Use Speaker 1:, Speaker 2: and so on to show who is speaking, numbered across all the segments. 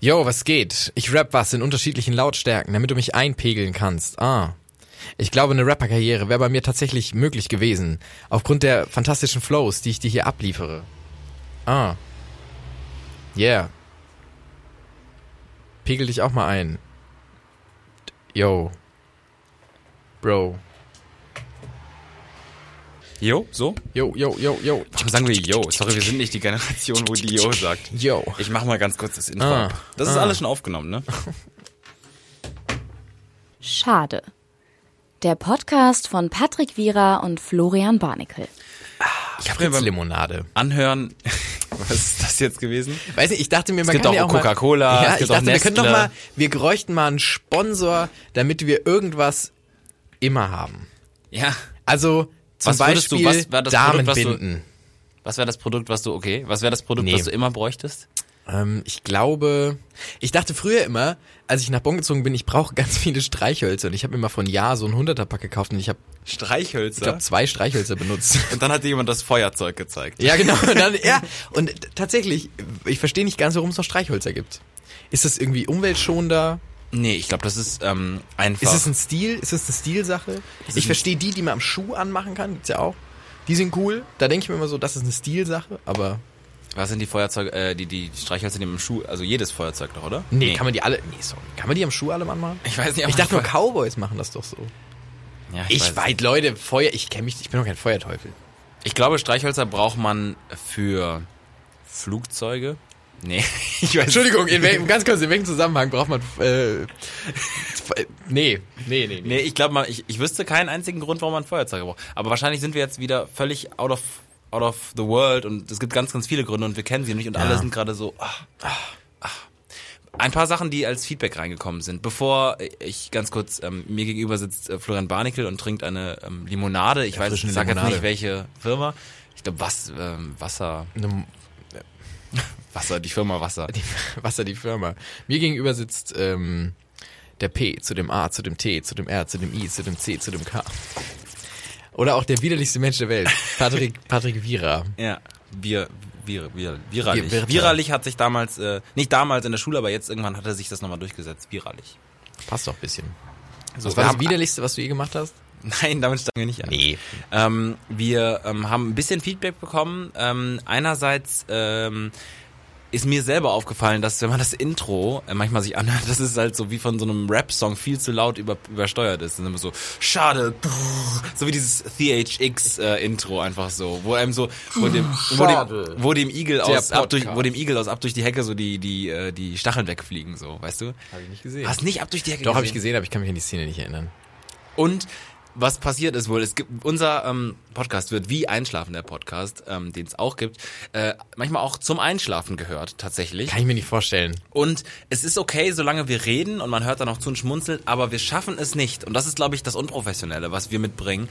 Speaker 1: Yo, was geht? Ich rap was in unterschiedlichen Lautstärken, damit du mich einpegeln kannst. Ah. Ich glaube, eine Rapperkarriere wäre bei mir tatsächlich möglich gewesen, aufgrund der fantastischen Flows, die ich dir hier abliefere. Ah. Yeah. Pegel dich auch mal ein. Yo. Bro.
Speaker 2: Yo, so?
Speaker 1: Yo, yo, yo, yo.
Speaker 2: Warum sagen wir Yo? Sorry, wir sind nicht die Generation, wo die Yo sagt.
Speaker 1: Yo.
Speaker 2: Ich mach mal ganz kurz das Intro
Speaker 1: Ah,
Speaker 2: ab. Das ist alles schon aufgenommen, ne?
Speaker 3: Schade. Der Podcast von Patrick Wierer und Florian Barnikel.
Speaker 1: Ich hab jetzt Limonade.
Speaker 2: Anhören. Was ist das jetzt gewesen?
Speaker 1: Weiß nicht, ich dachte mir, man
Speaker 2: gibt
Speaker 1: kann
Speaker 2: auch
Speaker 1: ja auch mal-
Speaker 2: Coca-Cola, es
Speaker 1: Ja,
Speaker 2: gibt
Speaker 1: ich dachte,
Speaker 2: auch
Speaker 1: wir können doch
Speaker 2: Nestle.
Speaker 1: mal, wir gräuchten mal einen Sponsor, damit wir irgendwas immer haben.
Speaker 2: Ja.
Speaker 1: Also zum
Speaker 2: Was würdest du-
Speaker 1: Beispiel
Speaker 2: was war das Produkt, was du-
Speaker 1: Damenbinden.
Speaker 2: Was wäre das Produkt, was du, okay, was wäre das Produkt,
Speaker 1: Nee.
Speaker 2: was du immer bräuchtest?
Speaker 1: ähm, ich glaube, ich dachte früher immer, als ich nach Bonn gezogen bin, ich brauche ganz viele Streichhölzer. Und ich habe mir mal von Jahr so ein 100er Pack gekauft und ich habe, ich
Speaker 2: Streichhölzer.
Speaker 1: glaube, zwei Streichhölzer benutzt.
Speaker 2: Und dann hat dir jemand das Feuerzeug gezeigt.
Speaker 1: Ja, genau. Und Dann, ja, und t- tatsächlich, ich verstehe nicht ganz, warum es noch Streichhölzer gibt. Ist das irgendwie umweltschonender?
Speaker 2: Nee, ich glaube, das ist ähm, einfach.
Speaker 1: Ist es ein Stil? Ist es eine Stilsache? Ich verstehe die, die man am Schuh anmachen kann, gibt's ja auch. Die sind cool. Da denke ich mir immer so, das ist eine Stilsache, aber
Speaker 2: was sind die Feuerzeuge, äh, die, die Streichhölzer, die im Schuh, also jedes Feuerzeug doch, oder?
Speaker 1: nee, kann man die alle nee, sorry. Kann man die am Schuh alle anmachen?
Speaker 2: Ich weiß nicht, ob
Speaker 1: Ich dachte nur
Speaker 2: Feuer-
Speaker 1: Cowboys machen das doch so.
Speaker 2: ja,
Speaker 1: Ich,
Speaker 2: weiß.
Speaker 1: weiß, Leute, Feuer, ich kenne mich, ich bin doch kein Feuerteufel.
Speaker 2: Ich glaube, Streichhölzer braucht man für Flugzeuge. Nee, ich weiß
Speaker 1: Entschuldigung, in welchem, ganz kurz, in welchem Zusammenhang braucht man äh, nee, nee, nee, nee.
Speaker 2: Nee, ich glaube mal, ich, ich wüsste keinen einzigen Grund, warum man Feuerzeuge braucht. Aber wahrscheinlich sind wir jetzt wieder völlig out of, out of the world und es gibt ganz, ganz viele Gründe und wir kennen sie nicht und alle sind gerade so. Ah, ah, ah. Ein paar Sachen, die als Feedback reingekommen sind. Bevor ich ganz kurz, ähm, mir gegenüber sitzt äh, Florian Barnickel und trinkt eine ähm, Limonade. Ich weiß, ich
Speaker 1: frische
Speaker 2: sage jetzt
Speaker 1: Limonade.
Speaker 2: nicht, welche Firma. Ich glaube, was, ähm, Wasser,
Speaker 1: Ne,
Speaker 2: Wasser, die Firma Wasser.
Speaker 1: was ja die Firma. Mir gegenüber sitzt ähm, der P zu dem A, zu dem T, zu dem R, zu dem I, zu dem C, zu dem K. Oder auch der widerlichste Mensch der Welt, Patrick, Patrick Vira.
Speaker 2: Ja, wir, wir, wir, virallich.
Speaker 1: Wir- wir-
Speaker 2: virallich hat sich damals, äh, nicht damals in der Schule, aber jetzt irgendwann hat er sich das nochmal durchgesetzt. Virallich.
Speaker 1: Passt doch ein bisschen. Was
Speaker 2: So,
Speaker 1: war
Speaker 2: wir
Speaker 1: das
Speaker 2: haben-
Speaker 1: widerlichste, was du je gemacht hast?
Speaker 2: Nein, damit steigen wir nicht an.
Speaker 1: Nee.
Speaker 2: Ähm, wir ähm, haben ein bisschen Feedback bekommen. Ähm, einerseits ähm, ist mir selber aufgefallen, dass wenn man das Intro äh, manchmal sich anhört, dass es halt so wie von so einem Rap-Song viel zu laut über, übersteuert ist. Und immer so, schade, so wie dieses THX-Intro äh, einfach so, wo einem so, wo dem, wo
Speaker 1: Schade.
Speaker 2: dem, wo dem Igel aus, ab durch,
Speaker 1: Podcast.
Speaker 2: wo dem Igel aus ab durch die Hecke so die, die, äh, die Stacheln wegfliegen, so, weißt du?
Speaker 1: Habe ich nicht gesehen.
Speaker 2: Hast nicht ab durch die Hecke
Speaker 1: Doch, habe ich gesehen, aber ich kann mich an die Szene nicht erinnern.
Speaker 2: und was passiert ist wohl, es gibt, unser ähm, Podcast wird wie Einschlafen der Podcast, ähm, den es auch gibt, äh, manchmal auch zum Einschlafen gehört, tatsächlich.
Speaker 1: Kann ich mir nicht vorstellen.
Speaker 2: Und es ist okay, solange wir reden und man hört dann auch zu und schmunzelt, aber wir schaffen es nicht. Und das ist, glaube ich, das Unprofessionelle, was wir mitbringen.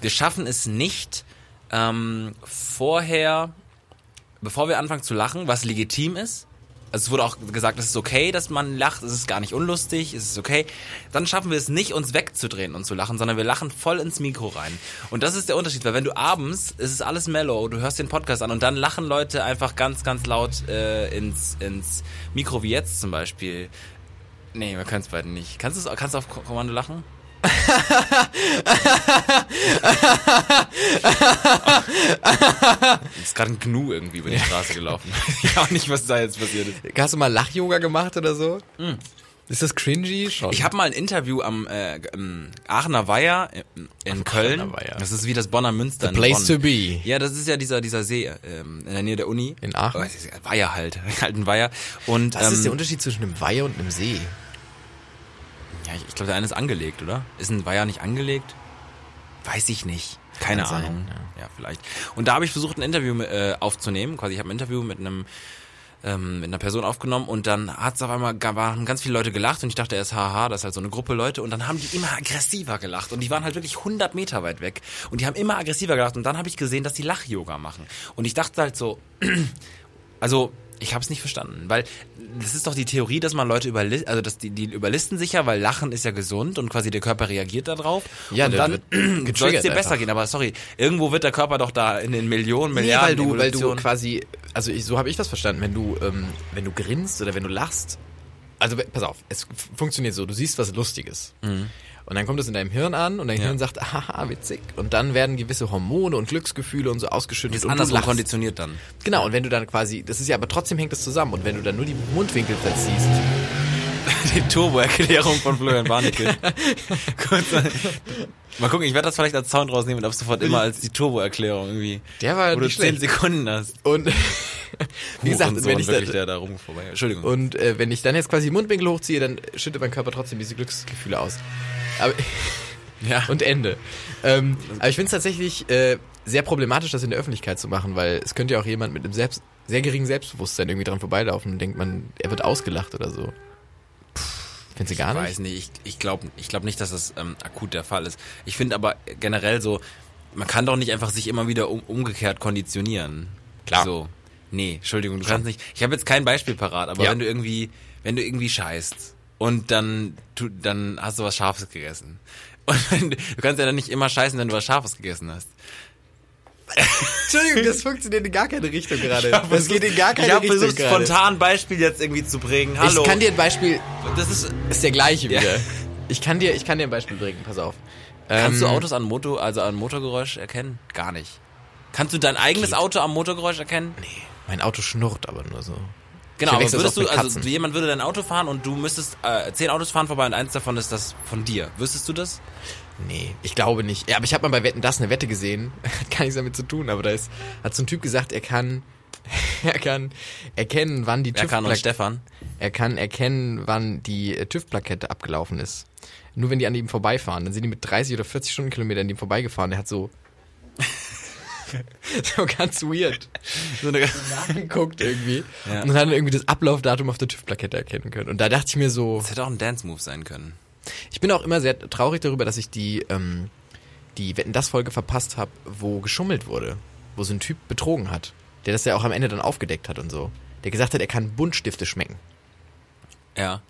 Speaker 2: Wir schaffen es nicht, ähm, vorher, bevor wir anfangen zu lachen, was legitim ist. Also es wurde auch gesagt, es ist okay, dass man lacht, es ist gar nicht unlustig, es ist okay. Dann schaffen wir es nicht, uns wegzudrehen und zu lachen, sondern wir lachen voll ins Mikro rein. Und das ist der Unterschied, weil wenn du abends, es ist alles mellow, du hörst den Podcast an und dann lachen Leute einfach ganz, ganz laut äh, ins, ins Mikro, wie jetzt zum Beispiel. Nee, wir können es beiden nicht. Kannst du kannst du auf Ko- Kommando lachen? ist gerade ein Gnu irgendwie über die Straße gelaufen. ich auch nicht, was da jetzt passiert ist.
Speaker 1: Hast du mal Lach-Yoga gemacht oder so? Ist das cringy? Schon.
Speaker 2: Hm. Ich habe mal ein Interview am äh, im Aachener Weiher in, in Köln.
Speaker 1: Weiher.
Speaker 2: Das ist wie das Bonner Münster. in
Speaker 1: place
Speaker 2: Bonn.
Speaker 1: to be.
Speaker 2: Ja, das ist ja dieser dieser See ähm, in der Nähe der Uni.
Speaker 1: In Aachen?
Speaker 2: Oh, es ist- Weiher halt, alten Weiher. Und
Speaker 1: Was ist der
Speaker 2: ähm,
Speaker 1: Unterschied zwischen einem Weiher und einem See?
Speaker 2: ja, ich, ich glaube, der eine ist angelegt, oder? Ist ein Weiher nicht angelegt? Weiß ich nicht. Keine
Speaker 1: Kann sein,
Speaker 2: Ahnung. ja. vielleicht. Und da habe ich versucht, ein Interview äh, aufzunehmen. Quasi, ich habe ein Interview mit einem ähm, mit einer Person aufgenommen und dann hat es auf einmal ga- waren ganz viele Leute gelacht und ich dachte erst, haha, das ist halt so eine Gruppe Leute und dann haben die immer aggressiver gelacht und die waren halt wirklich 100 Meter weit weg und die haben immer aggressiver gelacht und dann habe ich gesehen, dass die Lach-Yoga machen und ich dachte halt so, also ich habe es nicht verstanden, weil das ist doch die Theorie, dass man Leute überlisten, also dass die, die überlisten sicher, weil Lachen ist ja gesund und quasi der Körper reagiert darauf
Speaker 1: Ja,
Speaker 2: und
Speaker 1: der wird
Speaker 2: dann soll es
Speaker 1: getriggert
Speaker 2: dir besser
Speaker 1: einfach.
Speaker 2: gehen, aber sorry, irgendwo wird der Körper doch da in den Millionen, Milliarden
Speaker 1: nee, weil du, weil du
Speaker 2: Evolutionen-
Speaker 1: quasi, also ich, so habe ich das verstanden, wenn du, ähm, wenn du grinst oder wenn du lachst, also pass auf, es f- funktioniert so, du siehst was Lustiges.
Speaker 2: Mhm.
Speaker 1: Und dann kommt es in deinem Hirn an und dein Hirn sagt, haha, witzig. Und dann werden gewisse Hormone und Glücksgefühle und so ausgeschüttet.
Speaker 2: Ist
Speaker 1: und du
Speaker 2: andersrum
Speaker 1: lachst.
Speaker 2: konditioniert dann.
Speaker 1: Genau, und wenn du dann quasi, das ist ja, aber trotzdem hängt das zusammen. Und wenn du dann nur die Mundwinkel verziehst,
Speaker 2: Die Turbo-Erklärung von Florian Warnecke. Kurz, mal gucken, ich werde das vielleicht als Sound rausnehmen und ab sofort immer als die Turbo-Erklärung irgendwie.
Speaker 1: Der war
Speaker 2: Wo du
Speaker 1: nicht
Speaker 2: 10
Speaker 1: schlecht.
Speaker 2: Sekunden hast.
Speaker 1: und wie gesagt,
Speaker 2: Hurensohn,
Speaker 1: wenn ich
Speaker 2: wirklich,
Speaker 1: dann,
Speaker 2: der da rum vorbei. Entschuldigung.
Speaker 1: und äh, wenn ich dann jetzt quasi die Mundwinkel hochziehe, dann schüttet mein Körper trotzdem diese Glücksgefühle aus. Aber,
Speaker 2: ja.
Speaker 1: und Ende. Ähm, aber ich finde es tatsächlich äh, sehr problematisch, das in der Öffentlichkeit zu machen, weil es könnte ja auch jemand mit einem selbst, sehr geringen Selbstbewusstsein irgendwie dran vorbeilaufen und denkt man, er wird ausgelacht oder so. Findest du gar
Speaker 2: ich
Speaker 1: nicht?
Speaker 2: weiß nicht, ich, ich glaube ich glaub nicht, dass das ähm, akut der Fall ist. Ich finde aber generell so, man kann doch nicht einfach sich immer wieder um, umgekehrt konditionieren.
Speaker 1: Klar.
Speaker 2: So. Nee, Entschuldigung, du kannst nicht. Ich habe jetzt kein Beispiel parat, aber
Speaker 1: Ja.
Speaker 2: wenn du irgendwie, wenn du irgendwie scheißt und dann, tu, dann hast du was Scharfes gegessen. Und wenn, du du kannst ja dann nicht immer scheißen, wenn du was Scharfes gegessen hast.
Speaker 1: Entschuldigung, das funktioniert in gar keine Richtung gerade.
Speaker 2: Versuch- Ich habe versucht, spontan ein Beispiel jetzt irgendwie zu bringen. Hallo.
Speaker 1: Ich kann dir ein Beispiel,
Speaker 2: das ist,
Speaker 1: ist der gleiche
Speaker 2: Ja.
Speaker 1: wieder. Ich kann dir, ich kann dir ein Beispiel bringen, pass auf.
Speaker 2: Kannst
Speaker 1: Ähm,
Speaker 2: du Autos an Motor, also an Motorgeräusch erkennen? Gar nicht. Kannst du dein eigenes Auto am Motorgeräusch erkennen? Nee.
Speaker 1: Mein Auto schnurrt aber nur so.
Speaker 2: Genau, aber
Speaker 1: verwechsel das
Speaker 2: würdest
Speaker 1: oft
Speaker 2: du,
Speaker 1: mit
Speaker 2: also
Speaker 1: Katzen.
Speaker 2: jemand würde dein Auto fahren und du müsstest äh, zehn Autos fahren vorbei und eins davon ist das von dir. Wüsstest du das?
Speaker 1: Nee, ich glaube nicht. Ja, aber ich habe mal bei Wetten das eine Wette gesehen. Hat gar nichts damit zu tun, aber da ist, hat so ein Typ gesagt, er kann, er kann erkennen, wann die
Speaker 2: Wer kann und
Speaker 1: TÜV-Plak-
Speaker 2: Stefan?
Speaker 1: er kann erkennen, wann die äh, TÜV-Plakette abgelaufen ist. Nur wenn die an ihm vorbeifahren, dann sind die mit 30 oder 40 Stundenkilometer an ihm vorbeigefahren. Er hat so, so ganz weird.
Speaker 2: So eine-
Speaker 1: angeguckt irgendwie.
Speaker 2: Ja.
Speaker 1: Und dann hat er irgendwie das Ablaufdatum auf der TÜV-Plakette erkennen können. Und da dachte ich mir so,
Speaker 2: Das hätte auch ein Dance-Move sein können.
Speaker 1: ich bin auch immer sehr traurig darüber, dass ich die, ähm, die Wetten das Folge verpasst habe, wo geschummelt wurde, wo so ein Typ betrogen hat, der das ja auch am Ende dann aufgedeckt hat und so. Der gesagt hat, er kann Buntstifte schmecken.
Speaker 2: Ja.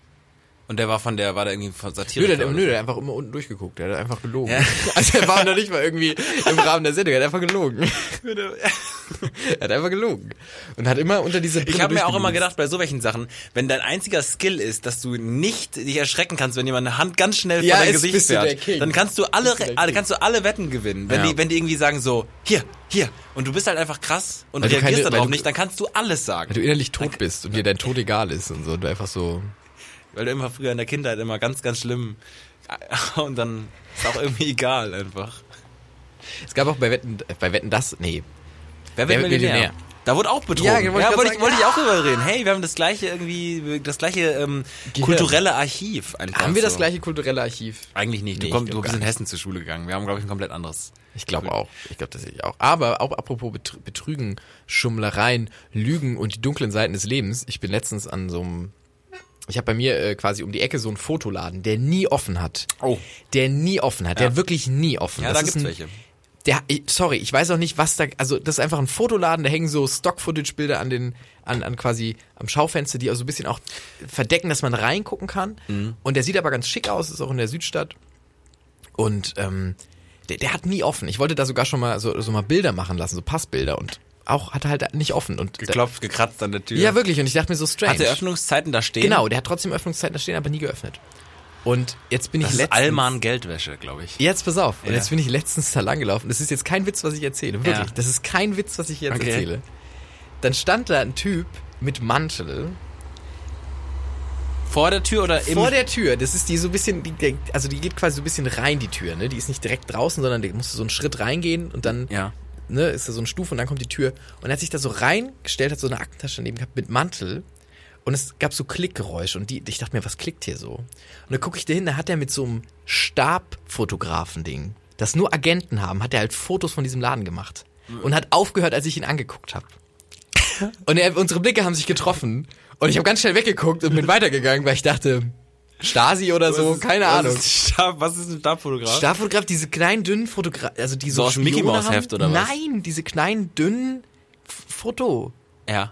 Speaker 2: Und der war von der, war da irgendwie von
Speaker 1: Nö,
Speaker 2: Satire?
Speaker 1: der,
Speaker 2: oder
Speaker 1: nö,
Speaker 2: so?
Speaker 1: der hat einfach immer unten durchgeguckt, der hat einfach gelogen.
Speaker 2: Ja.
Speaker 1: Also er war noch nicht mal irgendwie im Rahmen der Sendung, er hat einfach gelogen. er hat einfach gelogen. Und hat immer unter diese Brille
Speaker 2: Ich habe mir auch immer
Speaker 1: durchgelügt.
Speaker 2: gedacht, bei so welchen Sachen, wenn dein einziger Skill ist, dass du nicht dich erschrecken kannst, wenn jemand eine Hand ganz schnell
Speaker 1: Ja,
Speaker 2: vor dein
Speaker 1: ist-
Speaker 2: Gesicht
Speaker 1: bist du der
Speaker 2: fährt,
Speaker 1: King.
Speaker 2: dann kannst du alle,
Speaker 1: Bist du der
Speaker 2: alle
Speaker 1: King.
Speaker 2: kannst du alle Wetten gewinnen. Wenn,
Speaker 1: Ja.
Speaker 2: die, wenn die irgendwie sagen so, hier, hier, und du bist halt einfach krass und
Speaker 1: Weil du
Speaker 2: reagierst
Speaker 1: keine- weil
Speaker 2: darauf
Speaker 1: du-
Speaker 2: nicht, dann kannst du alles sagen.
Speaker 1: Weil du innerlich tot bist und dir dein Tod egal ist und so und du einfach so
Speaker 2: Weil du immer früher in der Kindheit immer ganz, ganz schlimm und dann ist auch irgendwie egal einfach.
Speaker 1: Es gab auch bei Wetten, äh, bei Wetten das, nee.
Speaker 2: Wer wird
Speaker 1: wird
Speaker 2: Millionär?
Speaker 1: Millionär?
Speaker 2: Da wurde auch betrogen.
Speaker 1: Ja,
Speaker 2: Ja,
Speaker 1: genau,
Speaker 2: wollte
Speaker 1: wollte ich grad
Speaker 2: wollte ich,
Speaker 1: sagen.
Speaker 2: wollte ich auch drüber reden. Hey, wir haben das gleiche irgendwie, das gleiche ähm,
Speaker 1: Gehirn.
Speaker 2: kulturelle Archiv. Einfach
Speaker 1: Haben wir
Speaker 2: so.
Speaker 1: das gleiche kulturelle Archiv?
Speaker 2: Eigentlich nicht. Du,
Speaker 1: Nee,
Speaker 2: kommst,
Speaker 1: ich
Speaker 2: du
Speaker 1: glaub
Speaker 2: bist
Speaker 1: gar
Speaker 2: in Hessen zur Schule gegangen. Wir haben, glaube ich, ein komplett anderes.
Speaker 1: Ich glaube auch. Ich glaube tatsächlich auch. Aber auch apropos Betr- Betrügen, Schummlereien, Lügen und die dunklen Seiten des Lebens. Ich bin letztens an so einem, ich habe bei mir äh, quasi um die Ecke so einen Fotoladen, der nie offen hat.
Speaker 2: Oh.
Speaker 1: Der nie offen hat,
Speaker 2: Ja.
Speaker 1: der wirklich nie offen
Speaker 2: Ja,
Speaker 1: Das
Speaker 2: da
Speaker 1: ist
Speaker 2: gibt's
Speaker 1: ein-
Speaker 2: welche.
Speaker 1: Der, ich- sorry, ich weiß auch nicht, was da, also das ist einfach ein Fotoladen, da hängen so Stock-Footage-Bilder an den, an, an quasi am Schaufenster, die auch so ein bisschen auch verdecken, dass man reingucken kann.
Speaker 2: Mhm.
Speaker 1: Und der sieht aber ganz schick aus, ist auch in der Südstadt. Und ähm, der, der hat nie offen. Ich wollte da sogar schon mal so, so mal Bilder machen lassen, so Passbilder und auch hat er halt nicht offen. Und
Speaker 2: Geklopft, gekratzt an der Tür.
Speaker 1: Da, ja, wirklich. Und ich dachte mir so strange.
Speaker 2: Hat der Öffnungszeiten da stehen?
Speaker 1: genau, der hat trotzdem Öffnungszeiten da stehen, aber nie geöffnet. Und jetzt bin
Speaker 2: Das
Speaker 1: ich
Speaker 2: ist
Speaker 1: letztens.
Speaker 2: Allmann Geldwäsche, glaube ich.
Speaker 1: Jetzt pass auf. Und
Speaker 2: Ja.
Speaker 1: jetzt bin ich letztens da langgelaufen. Das ist jetzt kein Witz, was ich erzähle. Wirklich.
Speaker 2: Ja.
Speaker 1: Das ist kein Witz, was ich jetzt
Speaker 2: Okay.
Speaker 1: erzähle. Dann stand da ein Typ mit Mantel
Speaker 2: Vor der Tür oder im
Speaker 1: vor der Tür. Das ist die so ein bisschen, die, der- also die geht quasi so ein bisschen rein, die Tür. Ne? Die ist nicht direkt draußen, sondern die musst du so einen Schritt reingehen und dann
Speaker 2: Ja.
Speaker 1: ne, ist da so eine Stufe und dann kommt die Tür. Und er hat sich da so reingestellt, hat so eine Aktentasche daneben gehabt mit Mantel. Und es gab so Klickgeräusche und die, ich dachte mir, was klickt hier so? Und dann gucke ich da hin, da hat er mit so einem Stabfotografending, das nur Agenten haben, hat er halt Fotos von diesem Laden gemacht. Und hat aufgehört, als ich ihn angeguckt habe. Und er, unsere Blicke haben sich getroffen. Und ich habe ganz schnell weggeguckt und bin weitergegangen, weil ich dachte, Stasi oder so, Also, keine
Speaker 2: Also, was
Speaker 1: Ahnung.
Speaker 2: Ist ein Stab, was ist ein Stabfotograf?
Speaker 1: Stabfotograf, diese kleinen, dünnen Fotografen, also diese
Speaker 2: So aus dem Mickey Mouse Heft oder was?
Speaker 1: Nein, diese kleinen, dünnen F- Fotoapparate.
Speaker 2: ja.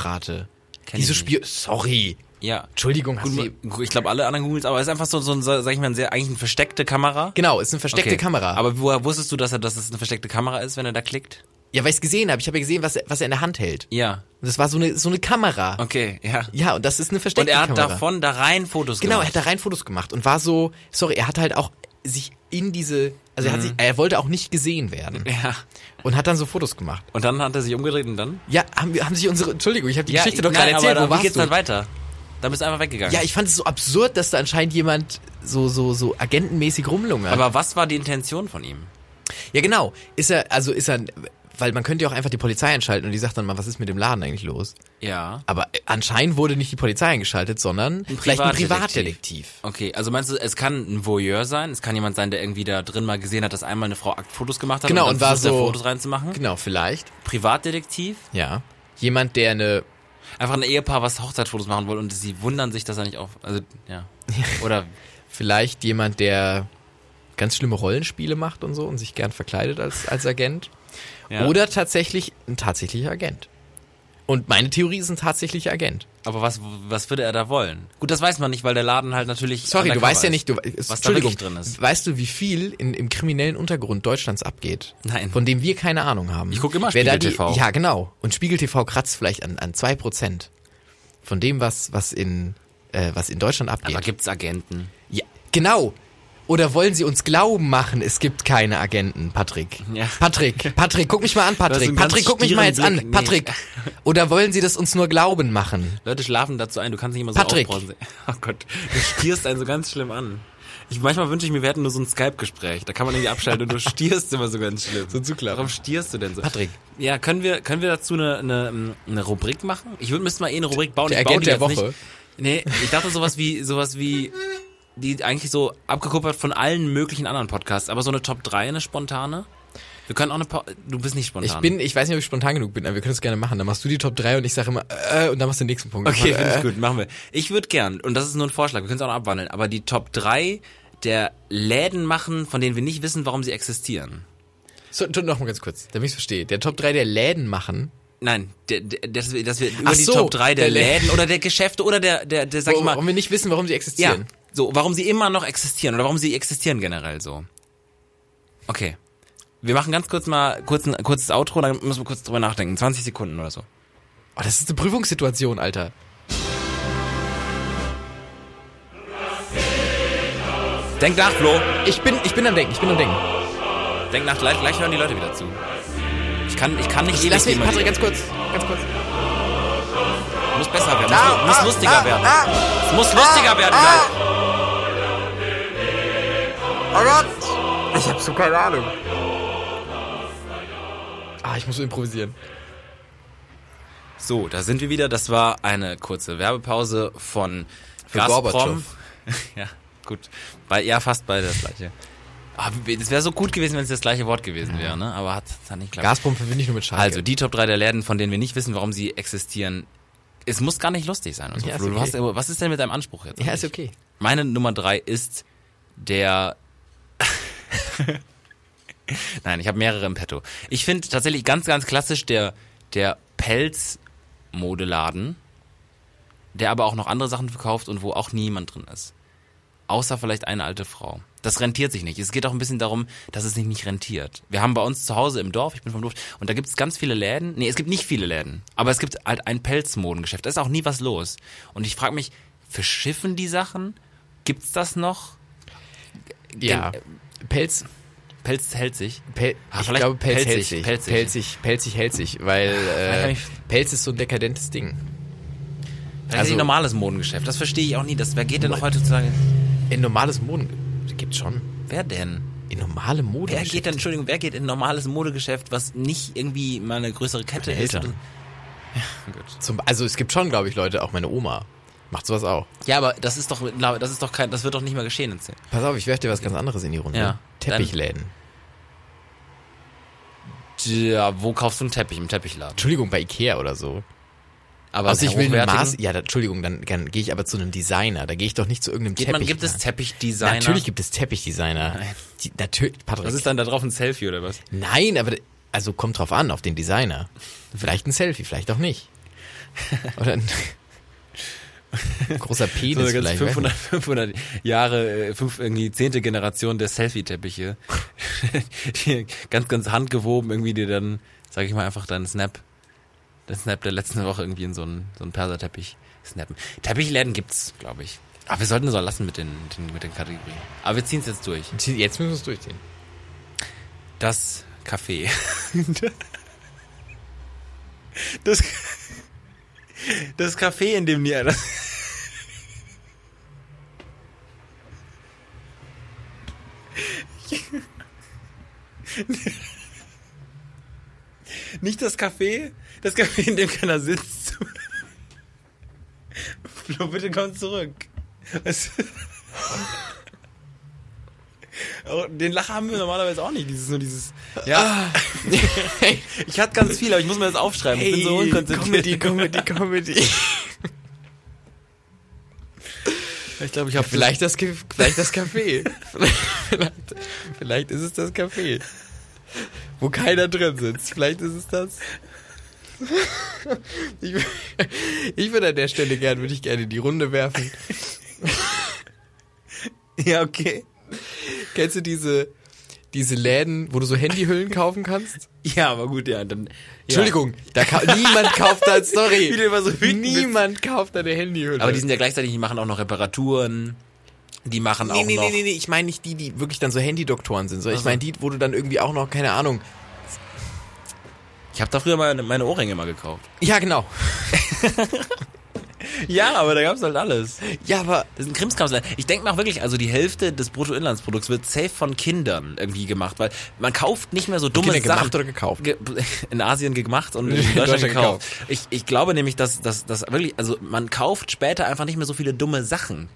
Speaker 2: Kenn
Speaker 1: diese
Speaker 2: ich
Speaker 1: Spiel. Sorry.
Speaker 2: Ja.
Speaker 1: Entschuldigung, hast
Speaker 2: Gut,
Speaker 1: du.
Speaker 2: ich glaube, alle anderen Googles, aber es ist einfach so, so ein, sag ich mal, ein sehr, eigentlich eine versteckte Kamera.
Speaker 1: Genau, ist eine versteckte Kamera.
Speaker 2: Aber woher wusstest du, dass, er, dass es eine versteckte Kamera ist, wenn er da klickt?
Speaker 1: Ja, weil ich es gesehen habe. Ich habe ja gesehen, was, er- was er in der Hand hält.
Speaker 2: Ja.
Speaker 1: Und das war so eine, so eine Kamera.
Speaker 2: Okay, ja.
Speaker 1: Ja, und das ist eine
Speaker 2: Und
Speaker 1: versteckte
Speaker 2: er
Speaker 1: Kamera.
Speaker 2: hat davon da rein Fotos
Speaker 1: Genau, er
Speaker 2: gemacht.
Speaker 1: hat da rein Fotos gemacht und war so, sorry, er hat halt auch sich in diese, also er hat sich, er wollte auch nicht gesehen werden
Speaker 2: Mhm. Ja.
Speaker 1: und hat dann so Fotos gemacht.
Speaker 2: Und dann hat er sich umgedreht und dann?
Speaker 1: Ja, haben wir, haben sich unsere, Entschuldigung, ich habe die Geschichte doch
Speaker 2: nein,
Speaker 1: gerade erzählt,
Speaker 2: aber
Speaker 1: wo
Speaker 2: da, wie geht's
Speaker 1: warst
Speaker 2: dann
Speaker 1: du?
Speaker 2: weiter? Dann bist du einfach weggegangen.
Speaker 1: Ja, ich fand es so absurd, dass da anscheinend jemand so, so, so agentenmäßig rumlungert.
Speaker 2: aber was war die Intention von ihm?
Speaker 1: ja, genau, ist er, also ist er, weil man könnte ja auch einfach die Polizei einschalten und die sagt dann mal, was ist mit dem Laden eigentlich los?
Speaker 2: Ja.
Speaker 1: Aber äh, anscheinend wurde nicht die Polizei eingeschaltet, sondern vielleicht ein
Speaker 2: Privatdetektiv.
Speaker 1: Privatdetektiv.
Speaker 2: Okay, also meinst du, es kann ein Voyeur sein? Es kann jemand sein, der irgendwie da drin mal gesehen hat, dass einmal eine Frau Aktfotos gemacht hat
Speaker 1: Genau,
Speaker 2: und, dann
Speaker 1: und war
Speaker 2: versucht, da
Speaker 1: so-
Speaker 2: Fotos reinzumachen?
Speaker 1: Genau, vielleicht,
Speaker 2: Privatdetektiv?
Speaker 1: ja. Jemand, der eine
Speaker 2: Einfach ein Ehepaar, was Hochzeitsfotos machen wollte und sie wundern sich, dass er nicht auf... Also, ja. Oder...
Speaker 1: Vielleicht jemand, der ganz schlimme Rollenspiele macht und so und sich gern verkleidet als, als Agent.
Speaker 2: Ja.
Speaker 1: Oder tatsächlich ein tatsächlicher Agent. Und meine Theorie ist ein tatsächlicher Agent.
Speaker 2: Aber was, was würde er da wollen? Gut, das weiß man nicht, weil der Laden halt natürlich...
Speaker 1: Sorry, du
Speaker 2: undercover
Speaker 1: weißt ja
Speaker 2: ist.
Speaker 1: nicht, du,
Speaker 2: da
Speaker 1: Entschuldigung,
Speaker 2: wirklich drin ist.
Speaker 1: weißt du, wie viel in, im kriminellen Untergrund Deutschlands abgeht?
Speaker 2: Nein.
Speaker 1: Von dem wir keine Ahnung haben.
Speaker 2: Ich guck immer
Speaker 1: Wer da
Speaker 2: Spiegel
Speaker 1: die-
Speaker 2: TV.
Speaker 1: Ja, genau. Und Spiegel TV kratzt vielleicht an, an 2% von dem, was, was in, äh, was in Deutschland abgeht.
Speaker 2: Aber gibt's Agenten?
Speaker 1: Ja, genau. Oder wollen Sie uns glauben machen, es gibt keine Agenten, Patrick?
Speaker 2: Ja.
Speaker 1: Patrick, Patrick, guck mich mal an,
Speaker 2: hast
Speaker 1: Patrick.
Speaker 2: einen ganz
Speaker 1: Patrick, guck mich mal jetzt an,
Speaker 2: stieren Blick. Nee.
Speaker 1: Patrick. Oder wollen Sie das uns nur glauben machen?
Speaker 2: Leute schlafen dazu ein, du kannst nicht immer so
Speaker 1: Patrick.
Speaker 2: aufbrausen. Oh Gott, du stierst einen so ganz schlimm an. Ich, manchmal wünsche ich mir, wir hätten nur so ein Skype-Gespräch. Da kann man irgendwie abschalten und du stierst immer so ganz schlimm. So
Speaker 1: zuklappen.
Speaker 2: Warum stierst du denn so?
Speaker 1: Patrick.
Speaker 2: Ja, können wir, können wir dazu eine, eine, ähm, eine Rubrik machen? Ich würde, müsste mal eh eine Rubrik bauen.
Speaker 1: der
Speaker 2: ich baue
Speaker 1: Agent
Speaker 2: die
Speaker 1: der
Speaker 2: jetzt
Speaker 1: Woche.
Speaker 2: Nicht. Nee, ich dachte sowas wie, sowas wie, die eigentlich so abgekuppert von allen möglichen anderen Podcasts. Aber so eine Top 3, eine spontane. Wir können auch eine, Pa- du bist nicht spontan.
Speaker 1: Ich bin, ich weiß nicht, ob ich spontan genug bin, aber wir können es gerne machen. Dann machst du die Top 3 und ich sage immer, äh, und dann machst du den nächsten Punkt.
Speaker 2: Okay,
Speaker 1: äh,
Speaker 2: finde ich gut, machen wir. Ich würde gern, und das ist nur ein Vorschlag, wir können es auch noch abwandeln, aber die Top 3 der Läden machen, von denen wir nicht wissen, warum sie existieren.
Speaker 1: So, tu noch mal ganz kurz, damit ich verstehe. Der Top 3 der Läden machen.
Speaker 2: Nein, der, der, dass wir, dass wir über
Speaker 1: Ach
Speaker 2: die
Speaker 1: so,
Speaker 2: Top 3 der,
Speaker 1: der Lä-
Speaker 2: Läden oder der Geschäfte oder der, der, der sag ich
Speaker 1: Warum,
Speaker 2: mal,
Speaker 1: warum wir nicht wissen, warum sie
Speaker 2: ja,
Speaker 1: existieren.
Speaker 2: so, warum sie immer noch existieren oder warum sie existieren generell so. Okay. Wir machen ganz kurz mal kurz ein kurzes Outro, dann müssen wir kurz drüber nachdenken. 20 Sekunden oder so.
Speaker 1: Oh, das ist eine Prüfungssituation, Alter.
Speaker 2: Denk nach, Flo.
Speaker 1: Ich bin, ich bin am Denken, ich bin am Denken.
Speaker 2: Denk nach, gleich, gleich hören die Leute wieder zu. Ich kann, ich kann nicht
Speaker 1: Ich Also lass mich,
Speaker 2: jemanden-
Speaker 1: Patrick, ganz kurz, ganz kurz.
Speaker 2: Muss besser werden, muss,
Speaker 1: Ah,
Speaker 2: muss lustiger werden. es muss lustiger werden gleich.
Speaker 1: Oh Ich hab so keine Ahnung. Ah, ich muss improvisieren.
Speaker 2: So, da sind wir wieder. Das war eine kurze Werbepause von
Speaker 1: Für
Speaker 2: Gazprom.
Speaker 1: Gorbatschow.
Speaker 2: ja, gut. Bei, ja, fast beide das gleiche. Es wäre so gut gewesen, wenn es das gleiche Wort gewesen wäre, ne? Aber hat, hat nicht geklappt.
Speaker 1: Gazprom verbinde ich nur mit Schalke.
Speaker 2: Also, die Top 3 der Läden, von denen wir nicht wissen, warum sie existieren. Es muss gar nicht lustig sein. Und so.
Speaker 1: Ja, ist
Speaker 2: Flo, du
Speaker 1: okay.
Speaker 2: hast, aber was ist denn mit deinem Anspruch jetzt?
Speaker 1: ja,
Speaker 2: eigentlich?
Speaker 1: ist okay.
Speaker 2: Meine Nummer drei ist der. Nein, ich habe mehrere im Petto. Ich finde tatsächlich ganz, ganz klassisch der, der Pelzmodeladen, der aber auch noch andere Sachen verkauft und wo auch niemand drin ist. Außer vielleicht eine alte Frau. Das rentiert sich nicht. Es geht auch ein bisschen darum, dass es sich nicht rentiert. Wir haben bei uns zu Hause im Dorf, ich bin vom Dorf, und da gibt es ganz viele Läden. Nee, es gibt nicht viele Läden. Aber es gibt halt ein Pelzmodengeschäft. Da ist auch nie was los. Und ich frage mich, verschiffen die Sachen? Gibt's das noch?
Speaker 1: Ja. Pelz,
Speaker 2: Pelz hält sich.
Speaker 1: Pel,
Speaker 2: Ah,
Speaker 1: ich
Speaker 2: vielleicht
Speaker 1: glaube Pelz hält
Speaker 2: pelzig,
Speaker 1: sich.
Speaker 2: pelzig.
Speaker 1: pelzig, pelzig hält sich, weil
Speaker 2: hab
Speaker 1: äh,
Speaker 2: ich-
Speaker 1: Pelz ist so ein dekadentes Ding.
Speaker 2: Also,
Speaker 1: Also-
Speaker 2: ein normales Modengeschäft. Das verstehe ich auch nie. Das, wer geht denn noch heutzutage?
Speaker 1: In normales Moden gibt's schon.
Speaker 2: Wer denn?
Speaker 1: In normale Mode.
Speaker 2: Wer geht denn, Entschuldigung, wer geht in ein normales Modegeschäft, was nicht irgendwie mal eine größere Kette
Speaker 1: Meine
Speaker 2: ist?
Speaker 1: Eltern.
Speaker 2: Ja, gut.
Speaker 1: Zum, also es gibt schon, glaube ich, Leute, auch meine Oma macht sowas auch.
Speaker 2: ja, aber das ist doch, das ist doch kein, das wird doch nicht mehr geschehen in zehn.
Speaker 1: Pass auf, ich werfe dir was ganz anderes in die Runde.
Speaker 2: Ja.
Speaker 1: Teppichläden.
Speaker 2: Ja, wo kaufst du einen Teppich? Im Teppichladen.
Speaker 1: Entschuldigung, bei Ikea oder so.
Speaker 2: Aber
Speaker 1: Also
Speaker 2: bei
Speaker 1: ich will eine
Speaker 2: hochwertigen-
Speaker 1: Maß. Ja, da, Entschuldigung, dann, dann gehe ich aber zu einem Designer. Da gehe ich doch nicht zu irgendeinem
Speaker 2: Geht
Speaker 1: Teppich.
Speaker 2: man, gibt es Teppichdesigner?
Speaker 1: Natürlich gibt es Teppichdesigner. Die, natürlich, Patrick.
Speaker 2: Was ist dann da drauf, ein Selfie oder was?
Speaker 1: Nein, aber also kommt drauf an auf den Designer. Vielleicht ein Selfie, vielleicht auch nicht. Oder ein großer
Speaker 2: So
Speaker 1: Penis
Speaker 2: eine ganz
Speaker 1: vielleicht.
Speaker 2: 500, 500 Jahre, äh, fünf, irgendwie zehnte Generation der Selfie-Teppiche. Die ganz, ganz handgewoben irgendwie dir dann sag ich mal, einfach deinen Snap, den Snap der letzten Woche irgendwie in so einen, so einen Perserteppich snappen. Teppichläden gibt's, glaube ich. Aber wir sollten es auch lassen mit den, den, mit den Kategorien. Aber wir ziehen es jetzt durch.
Speaker 1: Jetzt müssen wir es durchziehen.
Speaker 2: Das Café. Das, das Café, in dem die. Das, nicht das Café, das Café, in dem keiner sitzt. Flo, bitte komm zurück. Es, Oh, den Lacher haben wir normalerweise auch nicht. Dieses nur dieses. Ja. ich hatte ganz viel, aber ich muss mir das aufschreiben. ich bin so unkonzentriert.
Speaker 1: Comedy, Comedy, Comedy.
Speaker 2: Ich glaube, ich habe
Speaker 1: vielleicht, das, Ge- vielleicht das Café. vielleicht, vielleicht ist es das Café. Wo keiner drin sitzt. Vielleicht ist es das. ich, wür- ich würde an der Stelle gern, würde ich gerne die Runde werfen.
Speaker 2: Ja, okay.
Speaker 1: Kennst du diese, diese Läden, wo du so Handyhüllen kaufen kannst?
Speaker 2: Ja, aber gut, ja. Dann, ja.
Speaker 1: Entschuldigung, da ka niemand kauft da, sorry.
Speaker 2: Wie du immer so wütend bist.
Speaker 1: niemand kauft da eine Handyhülle.
Speaker 2: Aber die sind ja gleichzeitig, die machen auch noch Reparaturen. Die machen
Speaker 1: Nee,
Speaker 2: auch
Speaker 1: nee,
Speaker 2: noch.
Speaker 1: nee, nee, nee, ich meine nicht die, die wirklich dann so Handydoktoren sind, sondern
Speaker 2: Ach
Speaker 1: ich
Speaker 2: so.
Speaker 1: meine die, wo du dann irgendwie auch noch, keine Ahnung.
Speaker 2: Ich habe da früher meine, meine Ohrringe mal gekauft.
Speaker 1: Ja, genau.
Speaker 2: Ja, aber da gab's halt alles.
Speaker 1: Ja, aber
Speaker 2: Das ist ein Krimskramsland. Ich denke mir auch wirklich, also die Hälfte des Bruttoinlandsprodukts wird safe von Kindern irgendwie gemacht, weil man kauft nicht mehr so dumme
Speaker 1: Kinder
Speaker 2: Sachen.
Speaker 1: gemacht oder gekauft?
Speaker 2: Ge- In Asien gemacht und in
Speaker 1: In
Speaker 2: Deutschland,
Speaker 1: Deutschland
Speaker 2: gekauft. Ich, ich glaube nämlich, dass, dass, dass wirklich, also man kauft später einfach nicht mehr so viele dumme Sachen.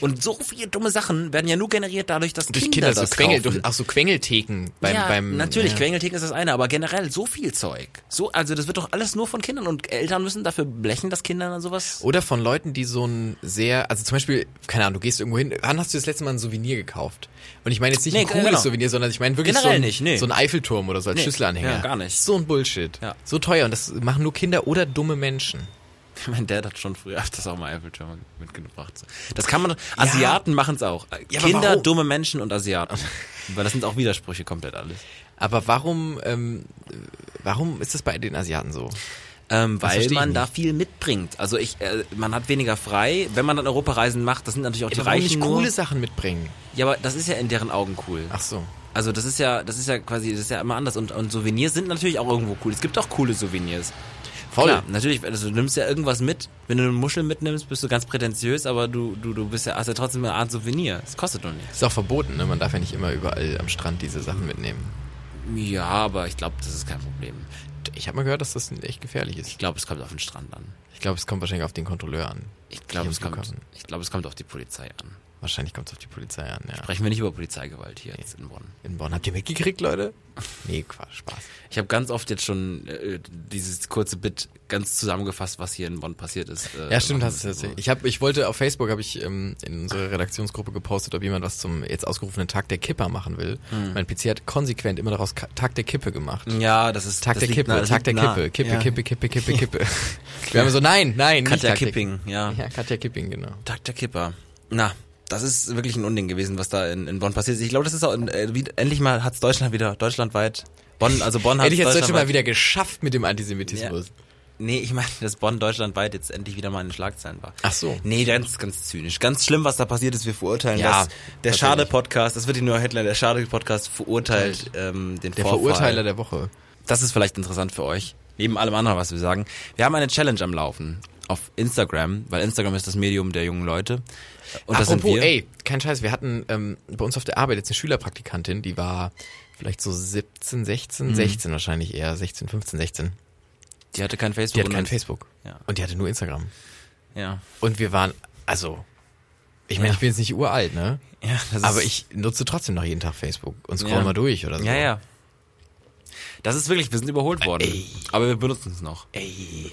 Speaker 2: Und so viele dumme Sachen werden ja nur generiert dadurch, dass
Speaker 1: durch
Speaker 2: Kinder,
Speaker 1: Kinder,
Speaker 2: das
Speaker 1: so Quengel,
Speaker 2: kaufen.
Speaker 1: durch, auch so Quengeltheken beim,
Speaker 2: ja,
Speaker 1: beim
Speaker 2: natürlich,
Speaker 1: ja.
Speaker 2: Quengeltheken ist das eine, aber generell so viel Zeug. So, also das wird doch alles nur von Kindern und Eltern müssen dafür blechen, dass Kinder dann sowas.
Speaker 1: Oder von Leuten, die so ein sehr, also zum Beispiel, keine Ahnung, du gehst irgendwo hin, wann hast du das letzte Mal ein Souvenir gekauft? Und ich meine jetzt nicht
Speaker 2: Nee,
Speaker 1: ein cooles
Speaker 2: genau.
Speaker 1: Souvenir, sondern ich meine wirklich so
Speaker 2: Generell
Speaker 1: ein,
Speaker 2: nicht, nee.
Speaker 1: so ein Eiffelturm oder so als
Speaker 2: Nee,
Speaker 1: Schlüsselanhänger.
Speaker 2: ja, gar nicht.
Speaker 1: So ein Bullshit.
Speaker 2: Ja.
Speaker 1: So teuer und das machen nur Kinder oder dumme Menschen.
Speaker 2: Oh, Mein Dad hat schon früher hat das auch mal Eiffeltürme mitgebracht. Das kann man. Asiaten machen es auch.
Speaker 1: Ja, aber
Speaker 2: Kinder,
Speaker 1: warum?
Speaker 2: dumme Menschen und Asiaten. Weil das sind auch Widersprüche komplett alles.
Speaker 1: Aber warum, ähm, äh, warum ist das bei den Asiaten so?
Speaker 2: Ähm, weil
Speaker 1: verstehe ich
Speaker 2: man
Speaker 1: nicht.
Speaker 2: da viel mitbringt. Also ich, äh, man hat weniger frei. Wenn man dann Europareisen macht, das sind natürlich auch die
Speaker 1: warum
Speaker 2: Reichen
Speaker 1: nicht
Speaker 2: nur.
Speaker 1: coole Sachen mitbringen?
Speaker 2: Ja, aber das ist ja in deren Augen cool.
Speaker 1: Ach so.
Speaker 2: Also das ist ja, das ist ja quasi, das ist ja immer anders. Und, und Souvenirs sind natürlich auch irgendwo cool. Es gibt auch coole Souvenirs.
Speaker 1: Voll.
Speaker 2: Klar, natürlich, also du nimmst ja irgendwas mit. Wenn du eine Muschel mitnimmst, bist du ganz prätentiös, aber du, du, du bist ja, hast ja trotzdem eine Art Souvenir. Es kostet doch nichts.
Speaker 1: Ist auch verboten, ne? Man darf ja nicht immer überall am Strand diese Sachen mitnehmen.
Speaker 2: Ja, aber ich glaube, das ist kein Problem.
Speaker 1: Ich habe mal gehört, dass das echt gefährlich ist.
Speaker 2: Ich glaube, es kommt auf den Strand an.
Speaker 1: Ich glaube, es kommt wahrscheinlich auf den Kontrolleur an.
Speaker 2: Ich glaube,
Speaker 1: Hier
Speaker 2: es
Speaker 1: am
Speaker 2: kommt,
Speaker 1: Flughafen.
Speaker 2: ich glaube, es kommt auf die Polizei an.
Speaker 1: Wahrscheinlich kommt es auf die Polizei an, ja.
Speaker 2: Sprechen wir nicht über Polizeigewalt hier jetzt in Bonn.
Speaker 1: In Bonn. Habt ihr mitgekriegt, Leute? Nee, Quatsch, Spaß.
Speaker 2: Ich habe ganz oft jetzt schon äh, dieses kurze Bit ganz zusammengefasst, was hier in Bonn passiert ist. äh,
Speaker 1: Ja, stimmt,
Speaker 2: machen
Speaker 1: hast du
Speaker 2: müssen.
Speaker 1: erzählt. Ich, hab, ich wollte auf Facebook, habe ich ähm, in unsere Redaktionsgruppe gepostet, ob jemand was zum jetzt ausgerufenen Tag der Kipper machen will. Mein PC hat konsequent immer daraus Ka- Tag der Kippe gemacht.
Speaker 2: Ja, das ist
Speaker 1: Tag
Speaker 2: das
Speaker 1: der
Speaker 2: liegt
Speaker 1: Kippe,
Speaker 2: nah- das
Speaker 1: Tag der
Speaker 2: liegt nah.
Speaker 1: Kippe, Kippe,
Speaker 2: ja.
Speaker 1: Kippe, Kippe, Kippe, Kippe. Wir haben so, nein, nein, nicht
Speaker 2: Katja
Speaker 1: Tag der-
Speaker 2: Kipping, ja.
Speaker 1: Ja, Katja Kipping, genau.
Speaker 2: Tag der Kipper. Na, das ist wirklich ein Unding gewesen, was da in, in Bonn passiert ist. Ich glaube, das ist auch in, äh, wie, endlich mal hat's Deutschland wieder deutschlandweit Bonn, also Bonn hat
Speaker 1: Endlich hat es Deutschland mal wieder geschafft mit dem Antisemitismus.
Speaker 2: Nee, ich meine, dass Bonn deutschlandweit jetzt endlich wieder mal in den Schlagzeilen war.
Speaker 1: Ach so.
Speaker 2: Nee, ganz, ganz zynisch. Ganz schlimm, was da passiert ist. Wir verurteilen
Speaker 1: Ja,
Speaker 2: das. Der
Speaker 1: natürlich.
Speaker 2: Schade-Podcast, das wird die neue Headline, der Schade-Podcast verurteilt ähm, den
Speaker 1: Der
Speaker 2: Vorfall.
Speaker 1: Verurteiler der Woche.
Speaker 2: Das ist vielleicht interessant für euch. Neben allem anderen, was wir sagen. Wir haben eine Challenge am Laufen auf Instagram, weil Instagram ist das Medium der jungen Leute. Und das sind
Speaker 1: Apropos,
Speaker 2: wir.
Speaker 1: ey, kein Scheiß, wir hatten ähm, bei uns auf der Arbeit jetzt eine Schülerpraktikantin, die war vielleicht so 17,
Speaker 2: Mhm.
Speaker 1: 16, 16 wahrscheinlich eher, 16, 15, 16.
Speaker 2: Die hatte kein Facebook.
Speaker 1: Die hatte
Speaker 2: und
Speaker 1: kein
Speaker 2: ein-
Speaker 1: Facebook.
Speaker 2: Ja.
Speaker 1: Und die hatte nur Instagram.
Speaker 2: Ja.
Speaker 1: Und wir waren, also, ich meine,
Speaker 2: Ja.
Speaker 1: ich bin jetzt nicht uralt, ne?
Speaker 2: ja das
Speaker 1: Aber
Speaker 2: ist,
Speaker 1: ich nutze trotzdem noch jeden Tag Facebook und scroll
Speaker 2: Ja.
Speaker 1: mal durch oder so.
Speaker 2: Ja, ja. Das ist wirklich, wir sind überholt worden.
Speaker 1: Ey.
Speaker 2: Aber wir benutzen es noch.
Speaker 1: Ey,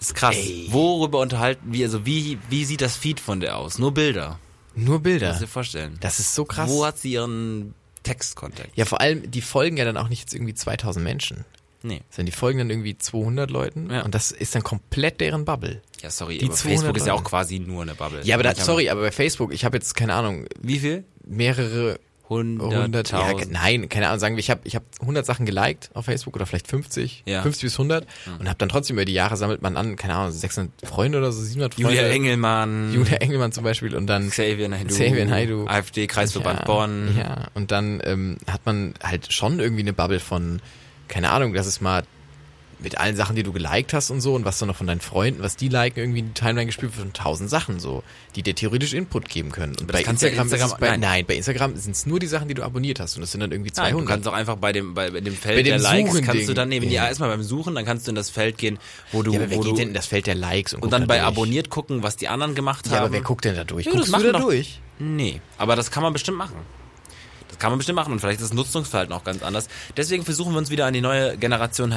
Speaker 2: Ist krass.
Speaker 1: Ey.
Speaker 2: Worüber unterhalten wir, also wie, wie sieht das Feed von der aus? Nur Bilder.
Speaker 1: nur Bilder.
Speaker 2: Kannst du dir vorstellen.
Speaker 1: Das ist so krass.
Speaker 2: Wo hat sie ihren Textkontakt?
Speaker 1: ja, vor allem, die folgen ja dann auch nicht jetzt irgendwie 2000 Menschen.
Speaker 2: Nee.
Speaker 1: Sondern die folgen dann irgendwie 200 Leuten
Speaker 2: Ja.
Speaker 1: und das ist dann komplett deren Bubble.
Speaker 2: Ja, sorry,
Speaker 1: Die
Speaker 2: aber Facebook
Speaker 1: 200
Speaker 2: ist ja auch
Speaker 1: Leute.
Speaker 2: quasi nur eine Bubble.
Speaker 1: Ja, aber da,
Speaker 2: Ich hab-
Speaker 1: sorry, aber bei Facebook, ich habe jetzt keine Ahnung,
Speaker 2: Wie viel?
Speaker 1: mehrere 100, ja, genau.
Speaker 2: 100.000.
Speaker 1: ke- nein, keine Ahnung, sagen wir, ich habe ich hab 100 Sachen geliked auf Facebook oder vielleicht 50,
Speaker 2: Ja.
Speaker 1: 50 bis 100 und habe dann trotzdem über die Jahre sammelt man an, keine Ahnung, 600 Freunde oder so, 700 Freunde.
Speaker 2: Julia Engelmann.
Speaker 1: Julia Engelmann zum Beispiel und dann
Speaker 2: Xavier Naidu.
Speaker 1: Xavier Naidoo.
Speaker 2: AfD-Kreisverband
Speaker 1: ja,
Speaker 2: Bonn.
Speaker 1: Ja, und dann ähm, hat man halt schon irgendwie eine Bubble von, keine Ahnung, dass es mal mit allen Sachen, die du geliked hast und so und was dann noch von deinen Freunden, was die liken, irgendwie in die Timeline gespielt wird von tausend Sachen so, die dir theoretisch Input geben können. Und bei
Speaker 2: kannst du ja
Speaker 1: Instagram,
Speaker 2: Instagram-
Speaker 1: ist es bei,
Speaker 2: nein.
Speaker 1: nein. bei Instagram sind es nur die Sachen, die du abonniert hast und das sind dann irgendwie
Speaker 2: Nein, Ah, du
Speaker 1: 200.
Speaker 2: kannst auch einfach bei dem, bei, bei dem Feld
Speaker 1: Bei dem
Speaker 2: der Likes
Speaker 1: Suchen-Ding.
Speaker 2: kannst du dann nehmen. Ja,
Speaker 1: Ja.
Speaker 2: erstmal beim Suchen, dann kannst du in das Feld gehen, wo du,
Speaker 1: ja, aber wer
Speaker 2: wo du
Speaker 1: geht denn in das Feld der Likes und,
Speaker 2: und
Speaker 1: guckt
Speaker 2: dann
Speaker 1: da
Speaker 2: bei
Speaker 1: durch?
Speaker 2: abonniert gucken, was die anderen gemacht
Speaker 1: Ja,
Speaker 2: haben.
Speaker 1: aber wer guckt denn da durch?
Speaker 2: Ja, das
Speaker 1: Guckst du
Speaker 2: machen
Speaker 1: da
Speaker 2: doch-
Speaker 1: durch?
Speaker 2: Nee, aber das kann man bestimmt machen. Das kann man bestimmt machen und vielleicht ist das Nutzungsverhalten auch ganz anders. Deswegen versuchen wir uns wieder an die neue Generation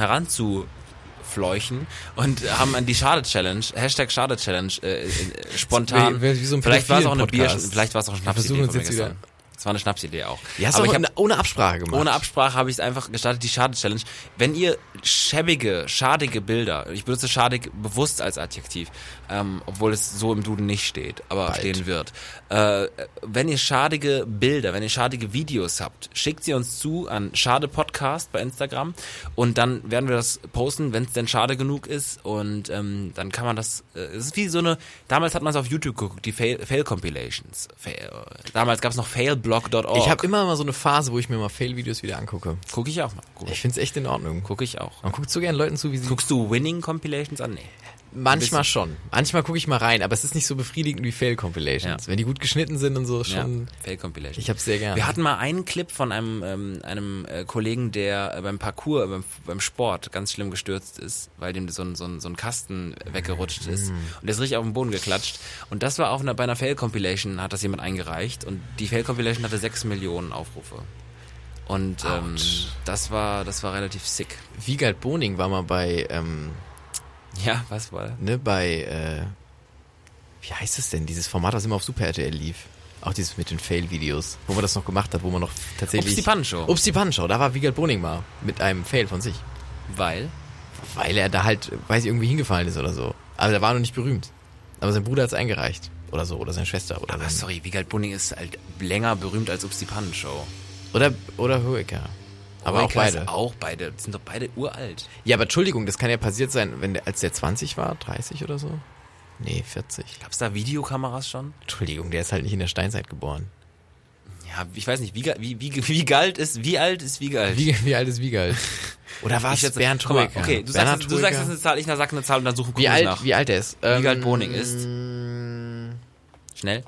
Speaker 2: heranzufleuchen und haben an die Schade Challenge, Hashtag Schade Challenge, äh, äh, äh, spontan.
Speaker 1: Wie- wie so ein
Speaker 2: vielleicht war es auch eine Bier,
Speaker 1: Pädophilen-Podcast.
Speaker 2: vielleicht war es auch eine
Speaker 1: Wir versuchen
Speaker 2: Schnapsidee
Speaker 1: uns
Speaker 2: von mir
Speaker 1: jetzt wieder-
Speaker 2: gestern. Es war eine Schnapsidee auch.
Speaker 1: Ja, hast
Speaker 2: aber
Speaker 1: du
Speaker 2: ich
Speaker 1: aber
Speaker 2: hab,
Speaker 1: ohne Absprache gemacht.
Speaker 2: ohne Absprache habe ich es einfach gestartet, die Schade Challenge. Wenn ihr schäbige, schadige Bilder, ich benutze schadig bewusst als Adjektiv, ähm, obwohl es so im Duden nicht steht, aber
Speaker 1: Bald.
Speaker 2: stehen wird. Äh, wenn ihr schadige Bilder, wenn ihr schadige Videos habt, schickt sie uns zu an Schade Podcast bei Instagram und dann werden wir das posten, wenn es denn schade genug ist und ähm, dann kann man das, äh, es ist wie so eine, damals hat man es auf YouTube geguckt, die Fail, Fail Compilations. Fail, damals gab es noch failblog.org.
Speaker 1: Ich habe immer mal so eine Phase, wo ich mir mal Fail-Videos wieder angucke.
Speaker 2: Guck ich auch mal. Guck
Speaker 1: Ich find's echt in Ordnung.
Speaker 2: Gucke ich auch.
Speaker 1: Man guckt so gern Leuten zu, wie sie
Speaker 2: Guckst du Winning Compilations an? Nee.
Speaker 1: Manchmal schon. Manchmal gucke ich mal rein, aber es ist nicht so befriedigend wie Fail-Compilations. Wenn die gut geschnitten sind und so, schon.
Speaker 2: Fail Compilations.
Speaker 1: Ich hab's sehr gern.
Speaker 2: Wir hatten mal einen Clip von einem, ähm, einem äh, Kollegen, der äh, beim Parkour, beim, beim Sport ganz schlimm gestürzt ist, weil dem so ein, so ein, so ein Kasten weggerutscht ist. Und der ist richtig auf den Boden geklatscht. Und das war auf einer, bei einer Fail Compilation, hat das jemand eingereicht. Und die Fail Compilation hatte 6 Millionen Aufrufe. Und ähm, das war das war relativ sick.
Speaker 1: Wiegald Boning war mal bei, ähm,
Speaker 2: Ja, was war das?
Speaker 1: ne, bei, äh, wie heißt es denn, dieses Format, das immer auf Super RTL lief? Auch dieses mit den Fail-Videos, wo man das noch gemacht hat, wo man noch tatsächlich.
Speaker 2: Ups, die Pannenshow.
Speaker 1: Ups, die Pannenshow, da war Wiegald Boning mal. Mit einem Fail von sich.
Speaker 2: Weil?
Speaker 1: Weil er da halt, weiß ich, irgendwie hingefallen ist oder so. Aber der war noch nicht berühmt. Aber sein Bruder hat's eingereicht. Oder so, oder seine Schwester, oder
Speaker 2: Aber
Speaker 1: sein-
Speaker 2: sorry, Wiegald Bunning ist halt länger berühmt als Ups die Pannenshow.
Speaker 1: Oder, oder Hoeker. Aber auch
Speaker 2: Hoeker ist
Speaker 1: beide.
Speaker 2: Auch beide. Die sind doch beide uralt.
Speaker 1: Ja, aber Entschuldigung, das kann ja passiert sein, wenn der, als der 20 war, 30 oder so. Nee, 40.
Speaker 2: Gab's da Videokameras schon?
Speaker 1: Entschuldigung, der ist halt nicht in der Steinzeit geboren.
Speaker 2: Ja, ich weiß nicht. Wie, ga- wie, wie, wie galt ist, wie alt ist wie galt?
Speaker 1: Wie, wie alt ist Wiegald? Oder war
Speaker 2: ich
Speaker 1: es
Speaker 2: jetzt
Speaker 1: Bernd
Speaker 2: guck mal,
Speaker 1: Hoeker?
Speaker 2: Okay, du
Speaker 1: Bernhard
Speaker 2: sagst, jetzt- du sagst
Speaker 1: Hoeker?
Speaker 2: jetzt eine Zahl, ich sag eine Zahl und dann suchen
Speaker 1: wie
Speaker 2: wir ähm,
Speaker 1: alt,
Speaker 2: nach.
Speaker 1: wie alt er ist? Ähm,
Speaker 2: Wiegald Boning ist? Schnell.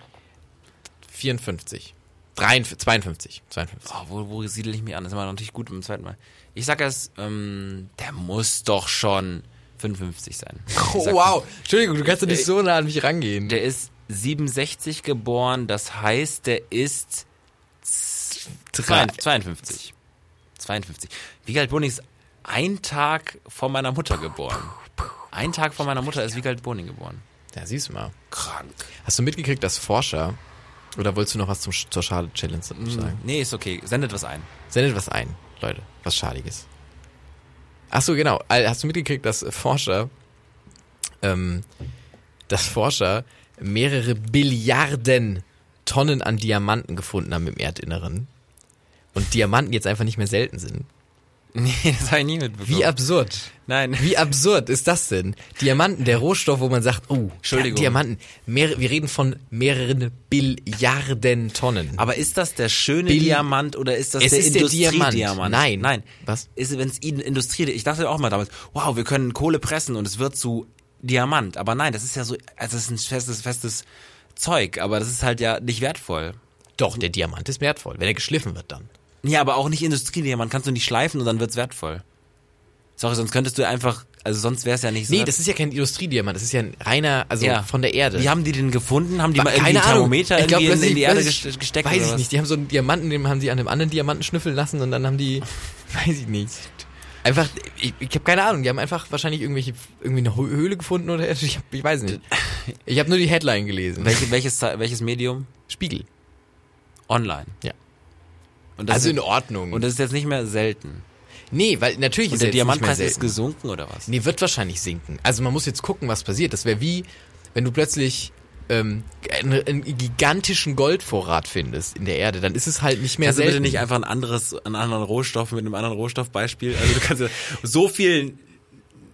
Speaker 1: 54. 53, 52. 52.
Speaker 2: Oh, wo, wo siedel ich mich an? Das ist immer noch nicht gut beim zweiten Mal. Ich sag erst, ähm, der muss doch schon 55 sein. Ich sag-
Speaker 1: Oh, Entschuldigung, du kannst doch
Speaker 2: Ey.
Speaker 1: nicht so nah an mich rangehen.
Speaker 2: Der ist 67 geboren, das heißt, der ist
Speaker 1: Drei-
Speaker 2: 52. 52. Wiegald Boning ist ein Tag vor meiner Mutter geboren. Ein Tag vor meiner Mutter ist Wiegald Boning geboren.
Speaker 1: Ja, siehst du mal.
Speaker 2: Krank.
Speaker 1: Hast du mitgekriegt, dass Forscher, oder wolltest du noch was zum, zur Schade-Challenge sagen?
Speaker 2: Nee, ist okay. Sendet was ein.
Speaker 1: Sendet was ein, Leute. Was Schadiges. Ach so, genau. Al- Hast du mitgekriegt, dass Forscher, ähm, dass Forscher mehrere Billiarden Tonnen an Diamanten gefunden haben im Erdinneren? Und Diamanten jetzt einfach nicht mehr selten sind.
Speaker 2: Nee, das habe ich nie mitbekommen.
Speaker 1: Wie absurd.
Speaker 2: Nein.
Speaker 1: Wie absurd ist das denn? Diamanten, der Rohstoff, wo man sagt, oh,
Speaker 2: Entschuldigung.
Speaker 1: Diamanten. Mehrere- wir reden von mehreren Billiarden Tonnen.
Speaker 2: Aber ist das der schöne
Speaker 1: Bill-
Speaker 2: Diamant oder ist das
Speaker 1: Es
Speaker 2: der
Speaker 1: ist der Diamant.
Speaker 2: Industriediamant?
Speaker 1: Nein.
Speaker 2: Nein.
Speaker 1: Was?
Speaker 2: Ist, wenn es in- Industrie, ich dachte auch mal damals, wow, wir können Kohle pressen und es wird zu Diamant. Aber nein, das ist ja so, also es ist ein festes, festes Zeug, aber das ist halt ja nicht wertvoll.
Speaker 1: Doch, der Diamant ist wertvoll, wenn er geschliffen wird dann.
Speaker 2: Ja, aber auch nicht Industriediamant, kannst du nicht schleifen und dann wird's wertvoll. Sorry, sonst könntest du einfach, also sonst wär's ja nicht so.
Speaker 1: Nee, das ist ja kein Industriediamant, das ist ja ein reiner, also
Speaker 2: Ja.
Speaker 1: von der Erde.
Speaker 2: Wie haben die den gefunden? Haben die
Speaker 1: Ba-
Speaker 2: mal irgendwie einen Thermometer
Speaker 1: Ich glaub,
Speaker 2: irgendwie in, in die
Speaker 1: weiß
Speaker 2: Erde
Speaker 1: ich-
Speaker 2: gest- gesteckt?
Speaker 1: Weiß
Speaker 2: oder
Speaker 1: ich
Speaker 2: was?
Speaker 1: nicht. Die haben so einen Diamanten, den haben sie an einem anderen Diamanten schnüffeln lassen und dann haben die, weiß ich nicht. Einfach, ich, ich habe keine Ahnung. Die haben einfach wahrscheinlich irgendwelche, irgendwie eine Ho- Höhle gefunden oder ich, hab, ich weiß nicht. Ich habe nur die Headline gelesen.
Speaker 2: Welche, welches, Ze- welches Medium?
Speaker 1: Spiegel.
Speaker 2: Online.
Speaker 1: Ja.
Speaker 2: Und das
Speaker 1: Also
Speaker 2: ist,
Speaker 1: in Ordnung.
Speaker 2: Und das ist jetzt nicht mehr selten.
Speaker 1: nee, weil natürlich
Speaker 2: Und
Speaker 1: ist er
Speaker 2: der
Speaker 1: jetzt nicht mehr
Speaker 2: Diamantpreis ist
Speaker 1: selten.
Speaker 2: gesunken oder was?
Speaker 1: Nee, wird wahrscheinlich sinken. Also man muss jetzt gucken, was passiert. Das wäre wie, wenn du plötzlich ähm, einen, einen gigantischen Goldvorrat findest in der Erde, dann ist es halt nicht mehr
Speaker 2: Kannst du
Speaker 1: selten.
Speaker 2: Also bitte nicht einfach ein anderes, einen anderen Rohstoff mit einem anderen Rohstoffbeispiel? Also du kannst ja so viel,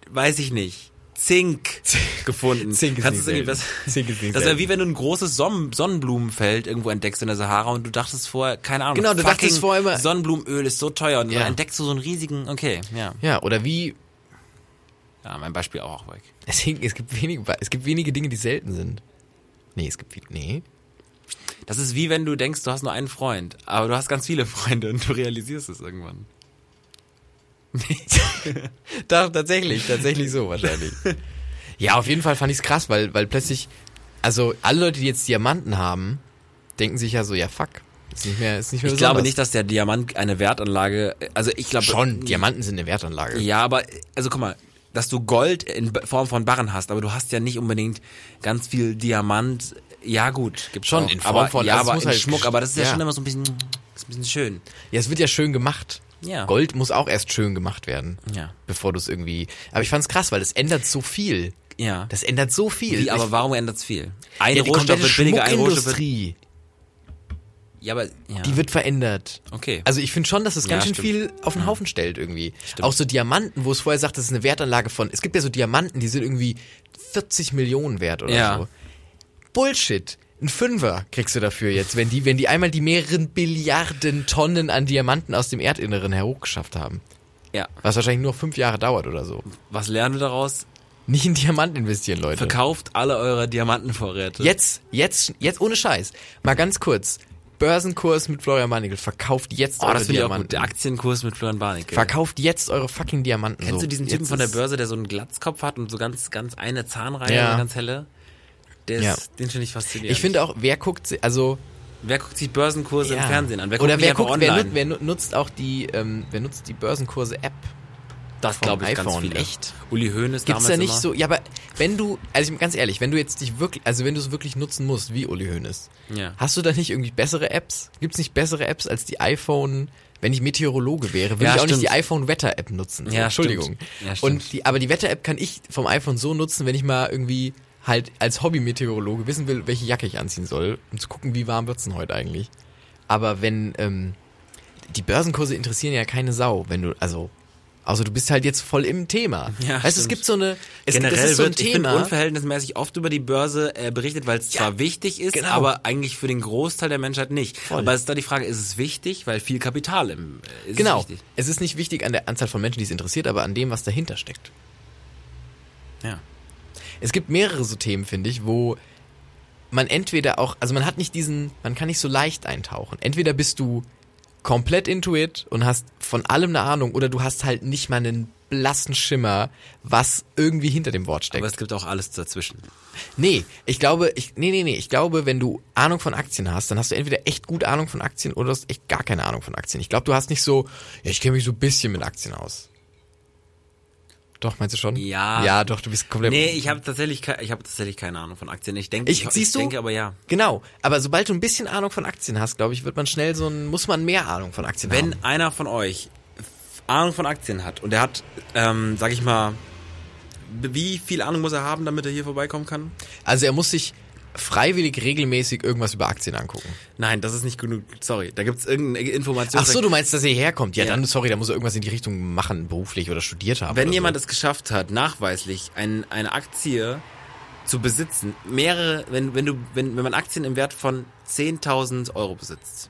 Speaker 2: weiß ich nicht, Zink gefunden.
Speaker 1: Zink ist nicht
Speaker 2: kannst du es
Speaker 1: selten.
Speaker 2: irgendwie besser-
Speaker 1: Zink ist nicht
Speaker 2: Das ist ja
Speaker 1: selten.
Speaker 2: wie wenn du ein großes Sonnen Sonnenblumenfeld irgendwo entdeckst in der Sahara und du dachtest vorher, keine Ahnung,
Speaker 1: Genau, du
Speaker 2: fucking
Speaker 1: dachtest vorher immer-
Speaker 2: Sonnenblumenöl ist so teuer und
Speaker 1: Ja.
Speaker 2: dann entdeckst du so einen riesigen, okay, ja.
Speaker 1: ja, oder wie
Speaker 2: Ja, mein Beispiel auch weg.
Speaker 1: Deswegen, es gibt wenige, Be- es gibt wenige Dinge, die selten sind. Nee, es gibt viel, nee.
Speaker 2: Das ist wie wenn du denkst, du hast nur einen Freund, aber du hast ganz viele Freunde und du realisierst es irgendwann.
Speaker 1: Doch, tatsächlich, tatsächlich so wahrscheinlich. ja, auf jeden Fall fand ich's krass, weil, weil plötzlich, also alle Leute, die jetzt Diamanten haben, denken sich ja so, ja fuck, ist nicht mehr, ist nicht mehr
Speaker 2: Ich glaube nicht, dass der Diamant eine Wertanlage, also ich glaube
Speaker 1: Schon, Diamanten sind eine Wertanlage.
Speaker 2: Ja, aber also guck mal, dass du Gold in B- Form von Barren hast, aber du hast ja nicht unbedingt ganz viel Diamant. Ja gut, gibt
Speaker 1: Schon
Speaker 2: auch,
Speaker 1: in Form
Speaker 2: aber,
Speaker 1: von-
Speaker 2: ja,
Speaker 1: also es
Speaker 2: aber
Speaker 1: muss
Speaker 2: in
Speaker 1: halt
Speaker 2: Schmuck,
Speaker 1: gesch-
Speaker 2: aber das ist ja,
Speaker 1: ja.
Speaker 2: schon immer so ein bisschen, ist ein bisschen schön.
Speaker 1: Ja, es wird ja schön gemacht.
Speaker 2: Ja.
Speaker 1: Gold muss auch erst schön gemacht werden.
Speaker 2: Ja.
Speaker 1: Bevor du es irgendwie. Aber ich fand's krass, weil das ändert so viel.
Speaker 2: Ja.
Speaker 1: Das ändert so viel.
Speaker 2: Wie, aber warum ändert's viel? Ein
Speaker 1: ich, ja, die
Speaker 2: Rohstoff
Speaker 1: komplette
Speaker 2: wird billiger, ein Rohstoff wird.
Speaker 1: Schmuckindustrie,
Speaker 2: Ja, aber ja.
Speaker 1: die wird verändert.
Speaker 2: okay.
Speaker 1: Also ich finde schon, dass es ganz
Speaker 2: Ja,
Speaker 1: schön viel auf den Haufen stellt irgendwie. Auch so Diamanten, wo es vorher sagt, das ist eine Wertanlage von. Es gibt ja so Diamanten, die sind irgendwie 40 Millionen wert oder
Speaker 2: Ja.
Speaker 1: so. Bullshit. Ein Fünfer kriegst du dafür jetzt, wenn die, wenn die einmal die mehreren Billiarden Tonnen an Diamanten aus dem Erdinneren herhochgeschafft haben.
Speaker 2: ja.
Speaker 1: Was wahrscheinlich nur fünf Jahre dauert oder so.
Speaker 2: Was lernen wir daraus?
Speaker 1: Nicht in Diamanten investieren, Leute.
Speaker 2: Verkauft alle eure Diamantenvorräte.
Speaker 1: Jetzt, jetzt, jetzt ohne Scheiß. Mal ganz kurz. Börsenkurs mit Florian Manigel. Verkauft jetzt
Speaker 2: Oh,
Speaker 1: eure
Speaker 2: das finde ich auch
Speaker 1: Diamanten.
Speaker 2: gut. Der Aktienkurs mit Florian Barnickel.
Speaker 1: Verkauft jetzt eure fucking Diamanten.
Speaker 2: Kennst
Speaker 1: so.
Speaker 2: du Also diesen
Speaker 1: jetzt
Speaker 2: Typen von der
Speaker 1: ist-
Speaker 2: Börse, der so einen Glatzkopf hat und so ganz, ganz eine Zahnreihe,
Speaker 1: Ja.
Speaker 2: eine ganz helle? Der ist,
Speaker 1: Ja.
Speaker 2: den finde ich faszinierend.
Speaker 1: Ich finde auch, wer guckt, se- also
Speaker 2: wer guckt sich Börsenkurse
Speaker 1: ja.
Speaker 2: im Fernsehen an? Wer
Speaker 1: oder
Speaker 2: guckt
Speaker 1: wer
Speaker 2: nicht
Speaker 1: guckt,
Speaker 2: einfach
Speaker 1: wer,
Speaker 2: online?
Speaker 1: nut, wer nu- nutzt auch die, ähm, wer nutzt die Börsenkurse-App?
Speaker 2: das
Speaker 1: vom
Speaker 2: glaube ich ganz
Speaker 1: iPhone,
Speaker 2: viel.
Speaker 1: ne?
Speaker 2: Echt? Uli
Speaker 1: Gibt's
Speaker 2: Hoeneß damals
Speaker 1: da nicht
Speaker 2: immer.
Speaker 1: so? Ja, aber wenn du, also ich, ganz ehrlich, wenn du jetzt dich wirklich, also wenn du es wirklich nutzen musst, wie Uli Hoeneß,
Speaker 2: Ja.
Speaker 1: hast du da nicht irgendwie bessere Apps? Gibt's nicht bessere Apps als die iPhone? Wenn ich Meteorologe wäre, würde
Speaker 2: Ja,
Speaker 1: ich auch
Speaker 2: stimmt.
Speaker 1: nicht die iPhone-Wetter-App nutzen. So,
Speaker 2: Ja,
Speaker 1: Entschuldigung.
Speaker 2: stimmt. Ja, stimmt.
Speaker 1: Und die, aber die Wetter-App kann ich vom iPhone so nutzen, wenn ich mal irgendwie halt als Hobby-Meteorologe wissen will, welche Jacke ich anziehen soll, um zu gucken, wie warm wird's denn heute eigentlich. Aber wenn, ähm, die Börsenkurse interessieren ja keine Sau, wenn du, also, also du bist halt jetzt voll im Thema.
Speaker 2: Ja,
Speaker 1: weißt du, es
Speaker 2: stimmt.
Speaker 1: gibt so eine, es gibt-
Speaker 2: Generell
Speaker 1: das ist so ein
Speaker 2: wird ich finde,
Speaker 1: Thema.
Speaker 2: unverhältnismäßig oft über die Börse äh, berichtet, weil es zwar wichtig ist,
Speaker 1: genau.
Speaker 2: aber eigentlich für den Großteil der Menschheit nicht. Aber es ist da die Frage, ist es wichtig, weil viel Kapital im äh, ist
Speaker 1: Genau.
Speaker 2: es wichtig.
Speaker 1: Es ist nicht wichtig an der Anzahl von Menschen, die es interessiert, aber an dem, was dahinter steckt.
Speaker 2: Ja.
Speaker 1: Es gibt mehrere so Themen, finde ich, wo man entweder auch, also man hat nicht diesen, man kann nicht so leicht eintauchen. Entweder bist du komplett into it und hast von allem eine Ahnung oder du hast halt nicht mal einen blassen Schimmer, was irgendwie hinter dem Wort steckt.
Speaker 2: Aber es gibt auch alles dazwischen.
Speaker 1: Nee, ich glaube, ich, nee, nee, nee, ich glaube, wenn du Ahnung von Aktien hast, dann hast du entweder echt gut Ahnung von Aktien oder du hast echt gar keine Ahnung von Aktien. Ich glaube, du hast nicht so, ja, ich kenne mich so ein bisschen mit Aktien aus. Doch, meinst du schon?
Speaker 2: Ja.
Speaker 1: Ja, doch, du bist komplett.
Speaker 2: Nee, ich habe tatsächlich, ke- ich habe tatsächlich keine Ahnung von Aktien. Ich denke,
Speaker 1: Ich- siehst du?
Speaker 2: denke aber ja.
Speaker 1: Genau, aber sobald du ein bisschen Ahnung von Aktien hast, glaube ich, wird man schnell so ein, muss man mehr Ahnung von Aktien
Speaker 2: Wenn
Speaker 1: haben.
Speaker 2: einer von euch Ahnung von Aktien hat und er hat, ähm, sag ich mal, b- wie viel Ahnung muss er haben, damit er hier vorbeikommen kann?
Speaker 1: Also er muss sich freiwillig regelmäßig irgendwas über Aktien angucken.
Speaker 2: Nein, das ist nicht genug. Sorry, da gibt's irgendeine Information.
Speaker 1: Ach so, du meinst, dass er herkommt? Ja,
Speaker 2: Ja.
Speaker 1: dann sorry, da muss er irgendwas in die Richtung machen, beruflich oder studiert haben.
Speaker 2: Wenn
Speaker 1: oder
Speaker 2: jemand
Speaker 1: so.
Speaker 2: es geschafft hat, nachweislich ein, eine Aktie zu besitzen, mehrere, wenn, wenn du, wenn, wenn man Aktien im Wert von 10.000 Euro besitzt.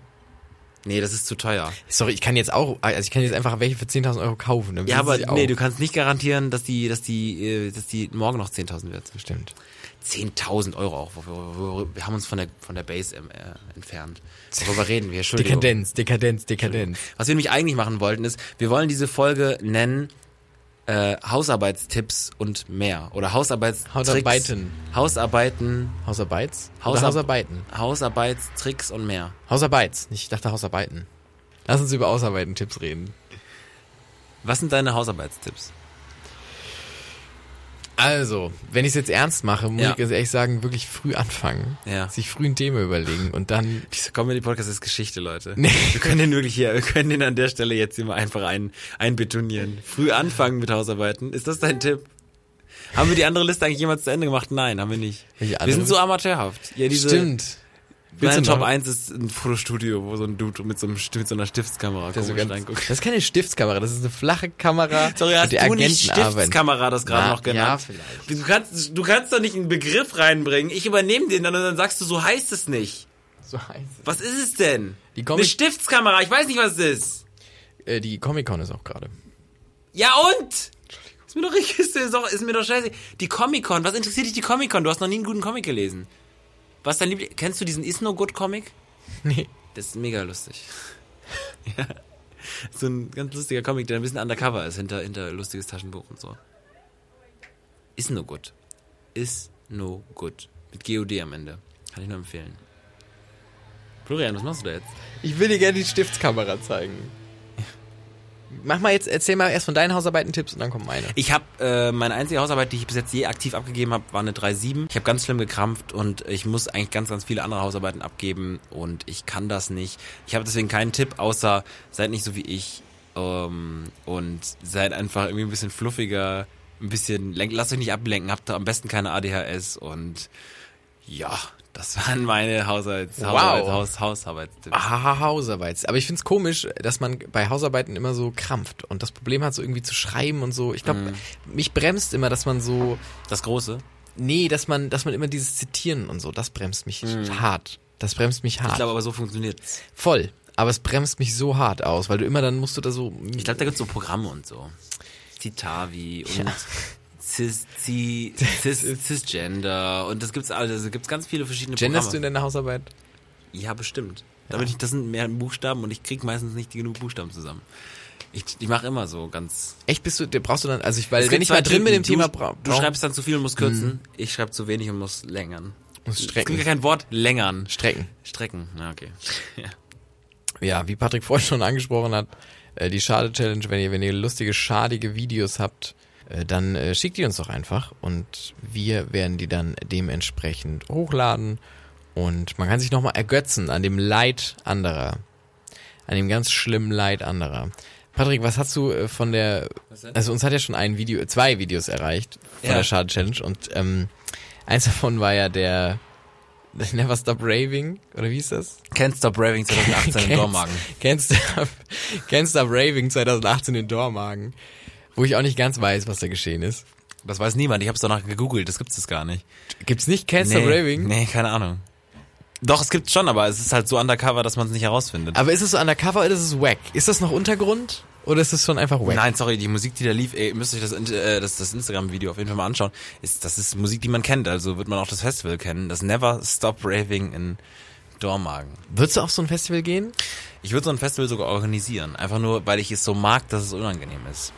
Speaker 2: Nee, das ist zu teuer.
Speaker 1: sorry, ich kann jetzt auch, also ich kann jetzt einfach welche für 10.000 Euro kaufen. dann
Speaker 2: Ja,
Speaker 1: wissen
Speaker 2: aber
Speaker 1: sie auch.
Speaker 2: nee, du kannst nicht garantieren, dass die, dass die, äh, dass die morgen noch 10.000 wert sind.
Speaker 1: Stimmt.
Speaker 2: 10.000 Euro auch. wo- wo- wo- Wir haben uns von der, von der Base ähm, äh, entfernt. Worüber reden wir? Entschuldigung.
Speaker 1: Dekadenz, Dekadenz, Dekadenz.
Speaker 2: Was wir nämlich eigentlich machen wollten, ist, wir wollen diese Folge nennen äh, Hausarbeitstipps und mehr. Oder Hausarbeitstricks.
Speaker 1: Hausarbeiten.
Speaker 2: Hausarbeiten.
Speaker 1: Hausarbeits?
Speaker 2: Hausar-
Speaker 1: Oder Hausarbeiten.
Speaker 2: Hausarbeitstricks und mehr.
Speaker 1: Hausarbeits. Ich dachte Hausarbeiten. Lass uns über Ausarbeiten-Tipps reden.
Speaker 2: Was sind deine Hausarbeitstipps?
Speaker 1: Also, wenn ich es jetzt ernst mache, muss
Speaker 2: Ja.
Speaker 1: ich ganz ehrlich sagen, wirklich früh anfangen.
Speaker 2: Ja.
Speaker 1: Sich früh ein Thema überlegen und dann.
Speaker 2: Dieser Comedy-Podcast ist Geschichte, Leute. Wir können den wirklich hier, wir können den an der Stelle jetzt immer einfach ein, einbetonieren. Früh anfangen mit Hausarbeiten. Ist das dein Tipp? Haben wir die andere Liste eigentlich jemals zu Ende gemacht? Nein, haben wir nicht.
Speaker 1: Welche
Speaker 2: Wir
Speaker 1: andere
Speaker 2: sind so amateurhaft. Ja, diese,
Speaker 1: Stimmt. ne?
Speaker 2: Meine
Speaker 1: du noch-
Speaker 2: Top 1 ist ein Fotostudio, wo so ein Dude mit so, einem, mit so einer Stiftskamera
Speaker 1: Der so
Speaker 2: komisch
Speaker 1: ganz-
Speaker 2: reinguckt.
Speaker 1: das ist keine Stiftskamera, das ist eine flache Kamera.
Speaker 2: Sorry,
Speaker 1: mit
Speaker 2: hast
Speaker 1: der
Speaker 2: du nicht
Speaker 1: Agenten arbeiten.
Speaker 2: Stiftskamera das gerade
Speaker 1: Na,
Speaker 2: noch genannt?
Speaker 1: ja, vielleicht.
Speaker 2: Du kannst, du kannst doch nicht einen Begriff reinbringen. Ich übernehme den dann und dann sagst du, so heißt es nicht.
Speaker 1: So heißt
Speaker 2: Was ist es denn?
Speaker 1: Die Comic-
Speaker 2: Eine Stiftskamera, ich weiß nicht, was es ist.
Speaker 1: es. Äh, die Comic-Con ist auch gerade.
Speaker 2: Ja und? Ist mir doch richtig, ist mir doch, ist mir doch scheiße. Die Comic-Con, was interessiert dich die Comic-Con? Du hast noch nie einen guten Comic gelesen. Was ist dein Liebling? Kennst du diesen Is No Good Comic?
Speaker 1: Nee.
Speaker 2: Das ist mega lustig. ja. So ein ganz lustiger Comic, der ein bisschen undercover ist, hinter, hinter lustiges Taschenbuch und so. Ist no good. Ist no good. Mit GOD am Ende. Kann ich nur empfehlen. Florian, was machst du da jetzt?
Speaker 1: Ich will dir gerne die Stiftskamera zeigen. Mach mal jetzt, erzähl mal erst von deinen Hausarbeiten-Tipps und dann kommt meine.
Speaker 2: Ich habe äh, meine einzige Hausarbeit, die ich bis jetzt je aktiv abgegeben habe, war eine 3-7. Ich habe ganz schlimm gekrampft und ich muss eigentlich ganz, ganz viele andere Hausarbeiten abgeben und ich kann das nicht. Ich habe deswegen keinen Tipp, außer seid nicht so wie ich ähm, und seid einfach irgendwie ein bisschen fluffiger, ein bisschen, lenk, lasst euch nicht ablenken, habt da am besten keine ADHS und ja, das waren meine Hausarbeits,
Speaker 1: Wow.
Speaker 2: Hausarbeits, Haus, Hausarbeitstipps.
Speaker 1: Haha, Hausarbeit. Aber ich find's komisch, dass man bei Hausarbeiten immer so krampft und das Problem hat, so irgendwie zu schreiben und so. Ich glaube, mich bremst immer, dass man so,
Speaker 2: Das Große.
Speaker 1: nee, dass man, dass man immer dieses Zitieren und so, das bremst mich hart. Das bremst mich
Speaker 2: Ich
Speaker 1: hart.
Speaker 2: glaube aber, so funktioniert
Speaker 1: Voll. Aber es bremst mich so hart aus, weil du immer dann musst du da so.
Speaker 2: Ich glaube, da gibt's so Programme und so. Citavi und Cis, Cis, Cis, Cisgender und das gibt's alles. Da gibt's ganz viele verschiedene
Speaker 1: Genderst du in
Speaker 2: Programme.
Speaker 1: deiner Hausarbeit?
Speaker 2: ja, bestimmt. Damit ich, das sind mehr Buchstaben und ich krieg meistens nicht genug Buchstaben zusammen. Ich, ich mache immer so ganz.
Speaker 1: Echt bist du, der brauchst du dann, also ich, weil
Speaker 2: Es
Speaker 1: wenn
Speaker 2: gibt
Speaker 1: ich
Speaker 2: zwei
Speaker 1: mal drin bin im
Speaker 2: Typen.
Speaker 1: Thema
Speaker 2: du,
Speaker 1: bra-
Speaker 2: du
Speaker 1: brauch-
Speaker 2: schreibst dann zu viel und musst kürzen. Ich schreibe zu wenig und muss längern.
Speaker 1: Muss
Speaker 2: Es
Speaker 1: strecken.
Speaker 2: gibt kein Wort längern.
Speaker 1: Strecken.
Speaker 2: Strecken. Ja, okay. Ja.
Speaker 1: Ja, wie Patrick vorhin schon angesprochen hat, äh, die Schade Challenge, wenn ihr wenn ihr lustige schadige Videos habt, äh, dann äh, schickt die uns doch einfach und wir werden die dann dementsprechend hochladen und man kann sich nochmal ergötzen an dem Leid anderer, an dem ganz schlimmen Leid anderer. Patrick, was hast du äh, von der
Speaker 2: denn?
Speaker 1: also uns hat ja schon ein Video, zwei Videos erreicht von
Speaker 2: Ja.
Speaker 1: der Schade Challenge und ähm, eins davon war ja der Never Stop Raving oder wie hieß das?
Speaker 2: Can't Stop Raving 2018 im Dormagen.
Speaker 1: Can't Stop, Can't Stop Raving 2018 in Dormagen. Wo ich auch nicht ganz weiß, was da geschehen ist.
Speaker 2: Das weiß niemand. Ich habe es danach gegoogelt. Das gibt's das gar nicht.
Speaker 1: Gibt's nicht Can't Stop Raving?
Speaker 2: Nee, keine Ahnung. Doch, es gibt's schon, aber es ist halt so undercover, dass man es nicht herausfindet.
Speaker 1: Aber ist es so undercover oder ist es wack? Ist das noch Untergrund? Oder ist es schon einfach wack?
Speaker 2: Nein, sorry, die Musik, die da lief, ey, müsst euch das, Int- äh, das, das Instagram-Video auf jeden Fall mal anschauen. Ist, das ist Musik, die man kennt, also wird man auch das Festival kennen. Das Never Stop Raving in Dormagen.
Speaker 1: Würdest du auf so ein Festival gehen?
Speaker 2: Ich würde so ein Festival sogar organisieren. Einfach nur, weil ich es so mag, dass es unangenehm ist.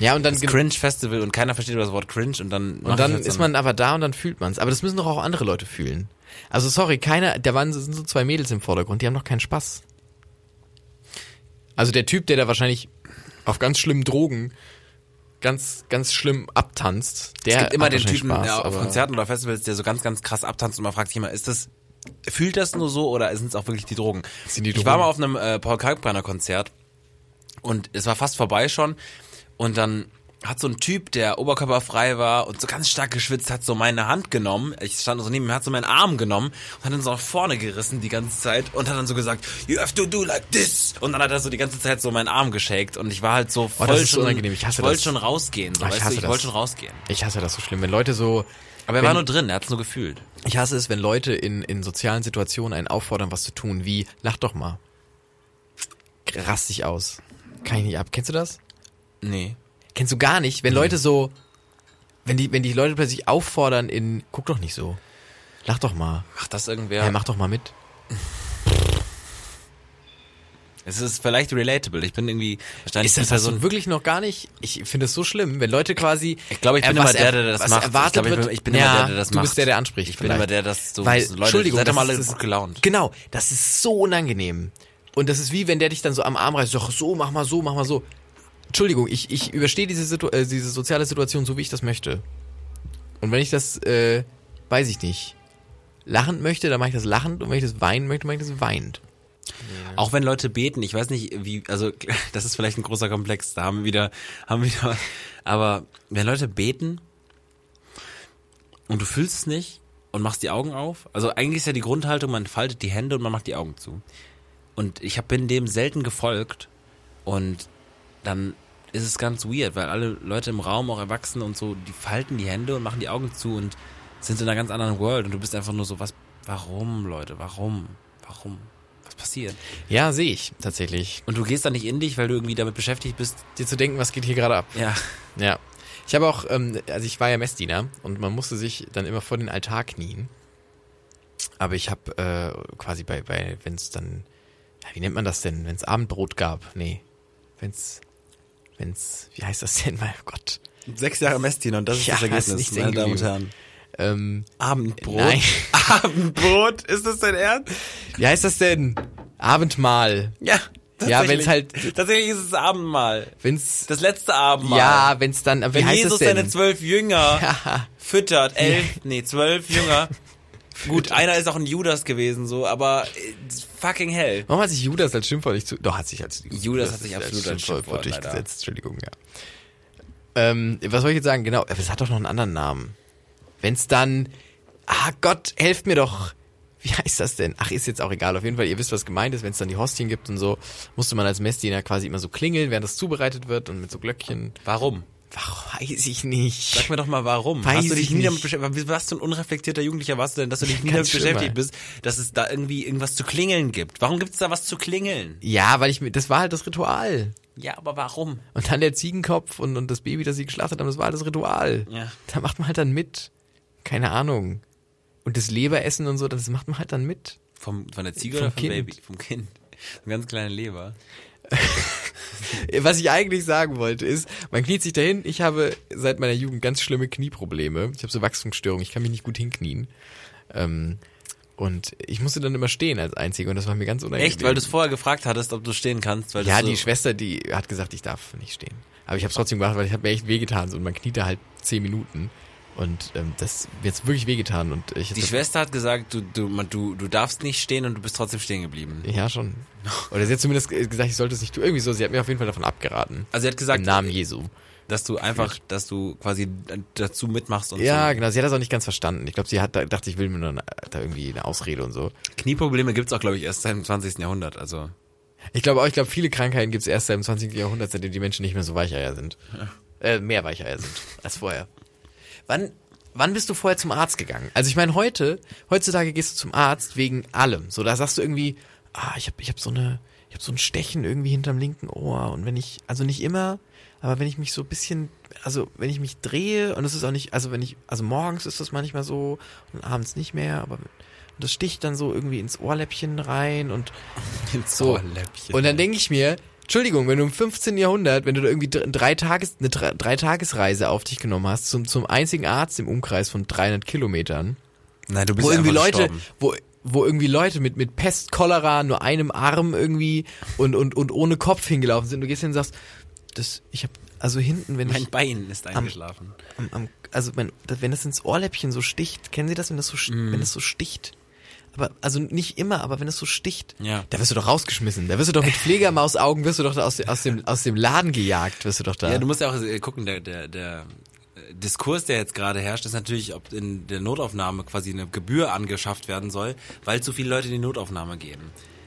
Speaker 1: Ja, und dann,
Speaker 2: Das Cringe-Festival und keiner versteht das Wort Cringe und dann... mach ich
Speaker 1: und dann
Speaker 2: halt so
Speaker 1: ist
Speaker 2: ein-
Speaker 1: man aber da und dann fühlt man's. Aber das müssen doch auch andere Leute fühlen. Also sorry, keiner, da waren sind so zwei Mädels im Vordergrund, die haben doch keinen Spaß. Also der Typ, der da wahrscheinlich auf ganz schlimmen Drogen ganz, ganz schlimm abtanzt, der
Speaker 2: Es gibt immer
Speaker 1: hat
Speaker 2: den
Speaker 1: wahrscheinlich
Speaker 2: Typen
Speaker 1: Spaß,
Speaker 2: ja, auf
Speaker 1: aber-
Speaker 2: Konzerten oder Festivals, der so ganz, ganz krass abtanzt und man fragt sich immer, ist das, fühlt das nur so oder sind es auch wirklich die Drogen?
Speaker 1: Sind die
Speaker 2: Ich war
Speaker 1: Drogen?
Speaker 2: mal auf einem äh, Paul Kalkbrenner Konzert und es war fast vorbei schon und dann hat so ein Typ, der oberkörperfrei war und so ganz stark geschwitzt, hat so meine Hand genommen. Ich stand so neben ihm, hat so meinen Arm genommen und hat ihn so nach vorne gerissen die ganze Zeit und hat dann so gesagt, you have to do like this. Und dann hat er so die ganze Zeit so meinen Arm geschäkt und ich war halt so voll
Speaker 1: Oh, das ist
Speaker 2: schon,
Speaker 1: unangenehm. Ich hasse
Speaker 2: wollte
Speaker 1: das.
Speaker 2: schon rausgehen. So,
Speaker 1: Ah, ich
Speaker 2: weißt
Speaker 1: hasse
Speaker 2: du, ich
Speaker 1: das.
Speaker 2: wollte schon rausgehen.
Speaker 1: Ich hasse das so schlimm, wenn Leute so.
Speaker 2: Aber er
Speaker 1: wenn,
Speaker 2: war nur drin, er hat's nur gefühlt.
Speaker 1: ich hasse es, wenn Leute in, in sozialen Situationen einen auffordern, was zu tun, wie lach doch mal. Rast dich aus. Kann ich nicht ab. Kennst du das?
Speaker 2: Nee.
Speaker 1: Kennst du gar nicht, wenn Leute so. Wenn die, wenn die Leute plötzlich auffordern in. Guck doch nicht so. Lach doch mal.
Speaker 2: Macht das irgendwer?
Speaker 1: Hey, mach doch mal mit.
Speaker 2: es ist vielleicht relatable. Ich bin irgendwie wahrscheinlich
Speaker 1: Ist das Person wirklich noch gar nicht? Ich finde es so schlimm, wenn Leute quasi.
Speaker 2: Ich glaube, ich bin
Speaker 1: äh, was
Speaker 2: immer der,
Speaker 1: er-
Speaker 2: der das
Speaker 1: was
Speaker 2: macht.
Speaker 1: Erwartet
Speaker 2: ich glaube, ich
Speaker 1: wird,
Speaker 2: bin, ich bin
Speaker 1: ja,
Speaker 2: immer der, der das
Speaker 1: du
Speaker 2: macht.
Speaker 1: bist der, der anspricht.
Speaker 2: Ich bin
Speaker 1: vielleicht.
Speaker 2: immer der, das so
Speaker 1: Weil,
Speaker 2: Leute,
Speaker 1: Entschuldigung,
Speaker 2: seid doch
Speaker 1: das
Speaker 2: mal alle
Speaker 1: ist-
Speaker 2: gut gelaunt.
Speaker 1: Genau, das ist so unangenehm. Und das ist wie, wenn der dich dann so am Arm reißt, doch so, mach mal so, mach mal so. Entschuldigung, ich, ich überstehe diese, Situ äh, diese soziale Situation so, wie ich das möchte. Und wenn ich das, äh, weiß ich nicht, lachend möchte, dann mache ich das lachend und wenn ich das weinen möchte, mache ich das weinend.
Speaker 2: Auch wenn Leute beten, ich weiß nicht, wie, also das ist vielleicht ein großer Komplex, da haben wir wieder, haben wir wieder, aber wenn Leute beten, und du fühlst es nicht und machst die Augen auf. Also eigentlich ist ja die Grundhaltung, man faltet die Hände und man macht die Augen zu. Und ich hab, bin dem selten gefolgt und dann ist es ganz weird, weil alle Leute im Raum, auch Erwachsene und so, die falten die Hände und machen die Augen zu und sind in einer ganz anderen World und du bist einfach nur so, was, warum Leute, warum, warum, was passiert?
Speaker 1: Ja, sehe ich tatsächlich.
Speaker 2: Und du gehst da nicht in dich, weil du irgendwie damit beschäftigt bist,
Speaker 1: Dir zu denken, was geht hier gerade ab?
Speaker 2: ja,
Speaker 1: Ja. Ich habe auch, ähm, also ich war ja Messdiener und man musste sich dann immer vor den Altar knien. Aber ich habe äh, quasi bei, bei wenn es dann, ja, wie nennt man das denn, wenn es Abendbrot gab? Nee, wenn es, wenn es, wie heißt das denn, mein Gott.
Speaker 2: Sechs Jahre Messdiener und das ist
Speaker 1: Ja,
Speaker 2: das
Speaker 1: ist
Speaker 2: Ergebnis,
Speaker 1: nichts
Speaker 2: meine Damen und
Speaker 1: hängen
Speaker 2: Herren.
Speaker 1: Ähm,
Speaker 2: Abendbrot.
Speaker 1: Nein.
Speaker 2: Abendbrot? Ist das dein Ernst?
Speaker 1: wie heißt das denn? Abendmahl.
Speaker 2: Ja.
Speaker 1: Ja,
Speaker 2: tatsächlich.
Speaker 1: wenn's halt-
Speaker 2: Tatsächlich ist es Abendmahl.
Speaker 1: Wenn's,
Speaker 2: Das letzte Abendmahl.
Speaker 1: ja, wenn's dann, wie
Speaker 2: Wenn
Speaker 1: heißt
Speaker 2: Jesus
Speaker 1: das denn?
Speaker 2: seine zwölf Jünger füttert, elf, nee, zwölf Jünger. Gut, einer ist auch ein Judas gewesen, so, aber äh, fucking hell.
Speaker 1: Warum hat sich Judas als Schimpfwort nicht zu. Doch, hat sich als.
Speaker 2: Judas hat sich absolut als Schimpfwort, leider.
Speaker 1: durchgesetzt. Entschuldigung, ja. Ähm, was soll ich jetzt sagen? Genau, aber es hat doch noch einen anderen Namen. Wenn's dann. Ah Gott, helft mir doch. Wie heißt das denn? Ach, ist jetzt auch egal. Auf jeden Fall, ihr wisst, was gemeint ist. Wenn's dann die Hostien gibt und so, musste man als Messdiener quasi immer so klingeln, während das zubereitet wird und mit so Glöckchen.
Speaker 2: Warum?
Speaker 1: Warum weiß ich nicht.
Speaker 2: Sag mir doch mal, warum?
Speaker 1: Weiß
Speaker 2: hast du dich
Speaker 1: ich
Speaker 2: nie
Speaker 1: nicht.
Speaker 2: damit beschäftigt? Wie- Was für ein unreflektierter Jugendlicher warst du denn, dass du dich nie
Speaker 1: Ganz
Speaker 2: damit
Speaker 1: schlimm,
Speaker 2: beschäftigt
Speaker 1: ey.
Speaker 2: bist, dass es da irgendwie irgendwas zu klingeln gibt? Warum gibt es da was zu klingeln?
Speaker 1: ja, weil ich mir. Das war halt das Ritual.
Speaker 2: Ja, aber warum?
Speaker 1: Und dann der Ziegenkopf und, und das Baby, das sie geschlachtet haben, das war alles Ritual.
Speaker 2: Ja.
Speaker 1: Da macht man halt dann mit. Keine Ahnung. Und das Leberessen und so, das macht man halt dann mit.
Speaker 2: Vom, von der Ziege
Speaker 1: Vom
Speaker 2: oder vom
Speaker 1: Kind.
Speaker 2: Baby? Vom Kind. Ein ganz kleiner Leber.
Speaker 1: Äh, Was ich eigentlich sagen wollte ist, man kniet sich dahin. Ich habe seit meiner Jugend ganz schlimme Knieprobleme. Ich habe so Wachstumsstörungen. Ich kann mich nicht gut hinknien. Ähm, und ich musste dann immer stehen als Einzige und das war mir ganz unangenehm.
Speaker 2: Echt? Weil du es vorher gefragt hattest, ob du stehen kannst. Weil
Speaker 1: Ja,
Speaker 2: das
Speaker 1: die
Speaker 2: so,
Speaker 1: Schwester, die hat gesagt, ich darf nicht stehen. Aber ich habe es trotzdem gemacht, weil ich habe mir echt wehgetan. So, und man kniet da halt zehn Minuten. Und ähm, das mir jetzt wirklich wehgetan. Und ich
Speaker 2: die
Speaker 1: hab-
Speaker 2: Schwester hat gesagt, du, du, man- du, du darfst nicht stehen und du bist trotzdem stehen geblieben.
Speaker 1: Ja, schon. Oder sie hat zumindest ge- gesagt, ich sollte es nicht tun. Irgendwie so, sie hat mir auf jeden Fall davon abgeraten.
Speaker 2: Also sie hat
Speaker 1: Im
Speaker 2: gesagt,
Speaker 1: Namen Jesu.
Speaker 2: dass du einfach, dass du quasi dazu mitmachst und
Speaker 1: Ja,
Speaker 2: so.
Speaker 1: genau, sie hat das auch nicht ganz verstanden. Ich glaube, sie hat da, dachte, ich will mir nur eine, da irgendwie eine Ausrede und so.
Speaker 2: Knieprobleme gibt's auch, glaube ich, erst seit dem 20. Jahrhundert. Also
Speaker 1: Ich glaube auch, ich glaube, viele Krankheiten gibt's erst seit dem 20. Jahrhundert, seitdem die Menschen nicht mehr so Weicheier sind. Äh, mehr Weicheier sind als vorher. Wann, wann bist du vorher zum Arzt gegangen? Also ich meine, heute, heutzutage gehst du zum Arzt wegen allem. So, da sagst du irgendwie, ah, ich habe ich hab so eine, ich habe so ein Stechen irgendwie hinterm linken Ohr. Und wenn ich, also nicht immer, aber wenn ich mich so ein bisschen, also wenn ich mich drehe, und das ist auch nicht, also wenn ich, also morgens ist das manchmal so und abends nicht mehr, aber und das sticht dann so irgendwie ins Ohrläppchen rein und so.
Speaker 2: Ohrläppchen.
Speaker 1: Und dann denke ich mir, Entschuldigung, wenn du im 15. Jahrhundert, wenn du da irgendwie dr- drei Tages, eine drei, drei Tagesreise auf dich genommen hast, zum, zum einzigen Arzt im Umkreis von 300 Kilometern,
Speaker 2: Nein, du bist
Speaker 1: wo irgendwie
Speaker 2: einfach
Speaker 1: Leute,
Speaker 2: gestorben.
Speaker 1: wo, wo irgendwie Leute mit, mit Pest, Cholera, nur einem Arm irgendwie und, und, und ohne Kopf hingelaufen sind, du gehst hin und sagst, das, ich hab, also hinten, wenn
Speaker 2: Mein
Speaker 1: ich,
Speaker 2: Bein ist eingeschlafen.
Speaker 1: am, am, also wenn, das- wenn das ins Ohrläppchen so sticht, kennen Sie das, wenn das so, st-
Speaker 2: Mhm.
Speaker 1: wenn das so sticht? Aber, also nicht immer, aber wenn es so sticht,
Speaker 2: Ja.
Speaker 1: da wirst du doch rausgeschmissen. Da wirst du doch mit Pflegemausaugen, wirst du doch da aus, aus, dem, aus dem Laden gejagt, wirst du doch da.
Speaker 2: Ja, du musst ja auch äh, gucken, der, der, der äh, Diskurs, der jetzt gerade herrscht, ist natürlich, ob in der Notaufnahme quasi eine Gebühr angeschafft werden soll, weil zu viele Leute in die Notaufnahme gehen.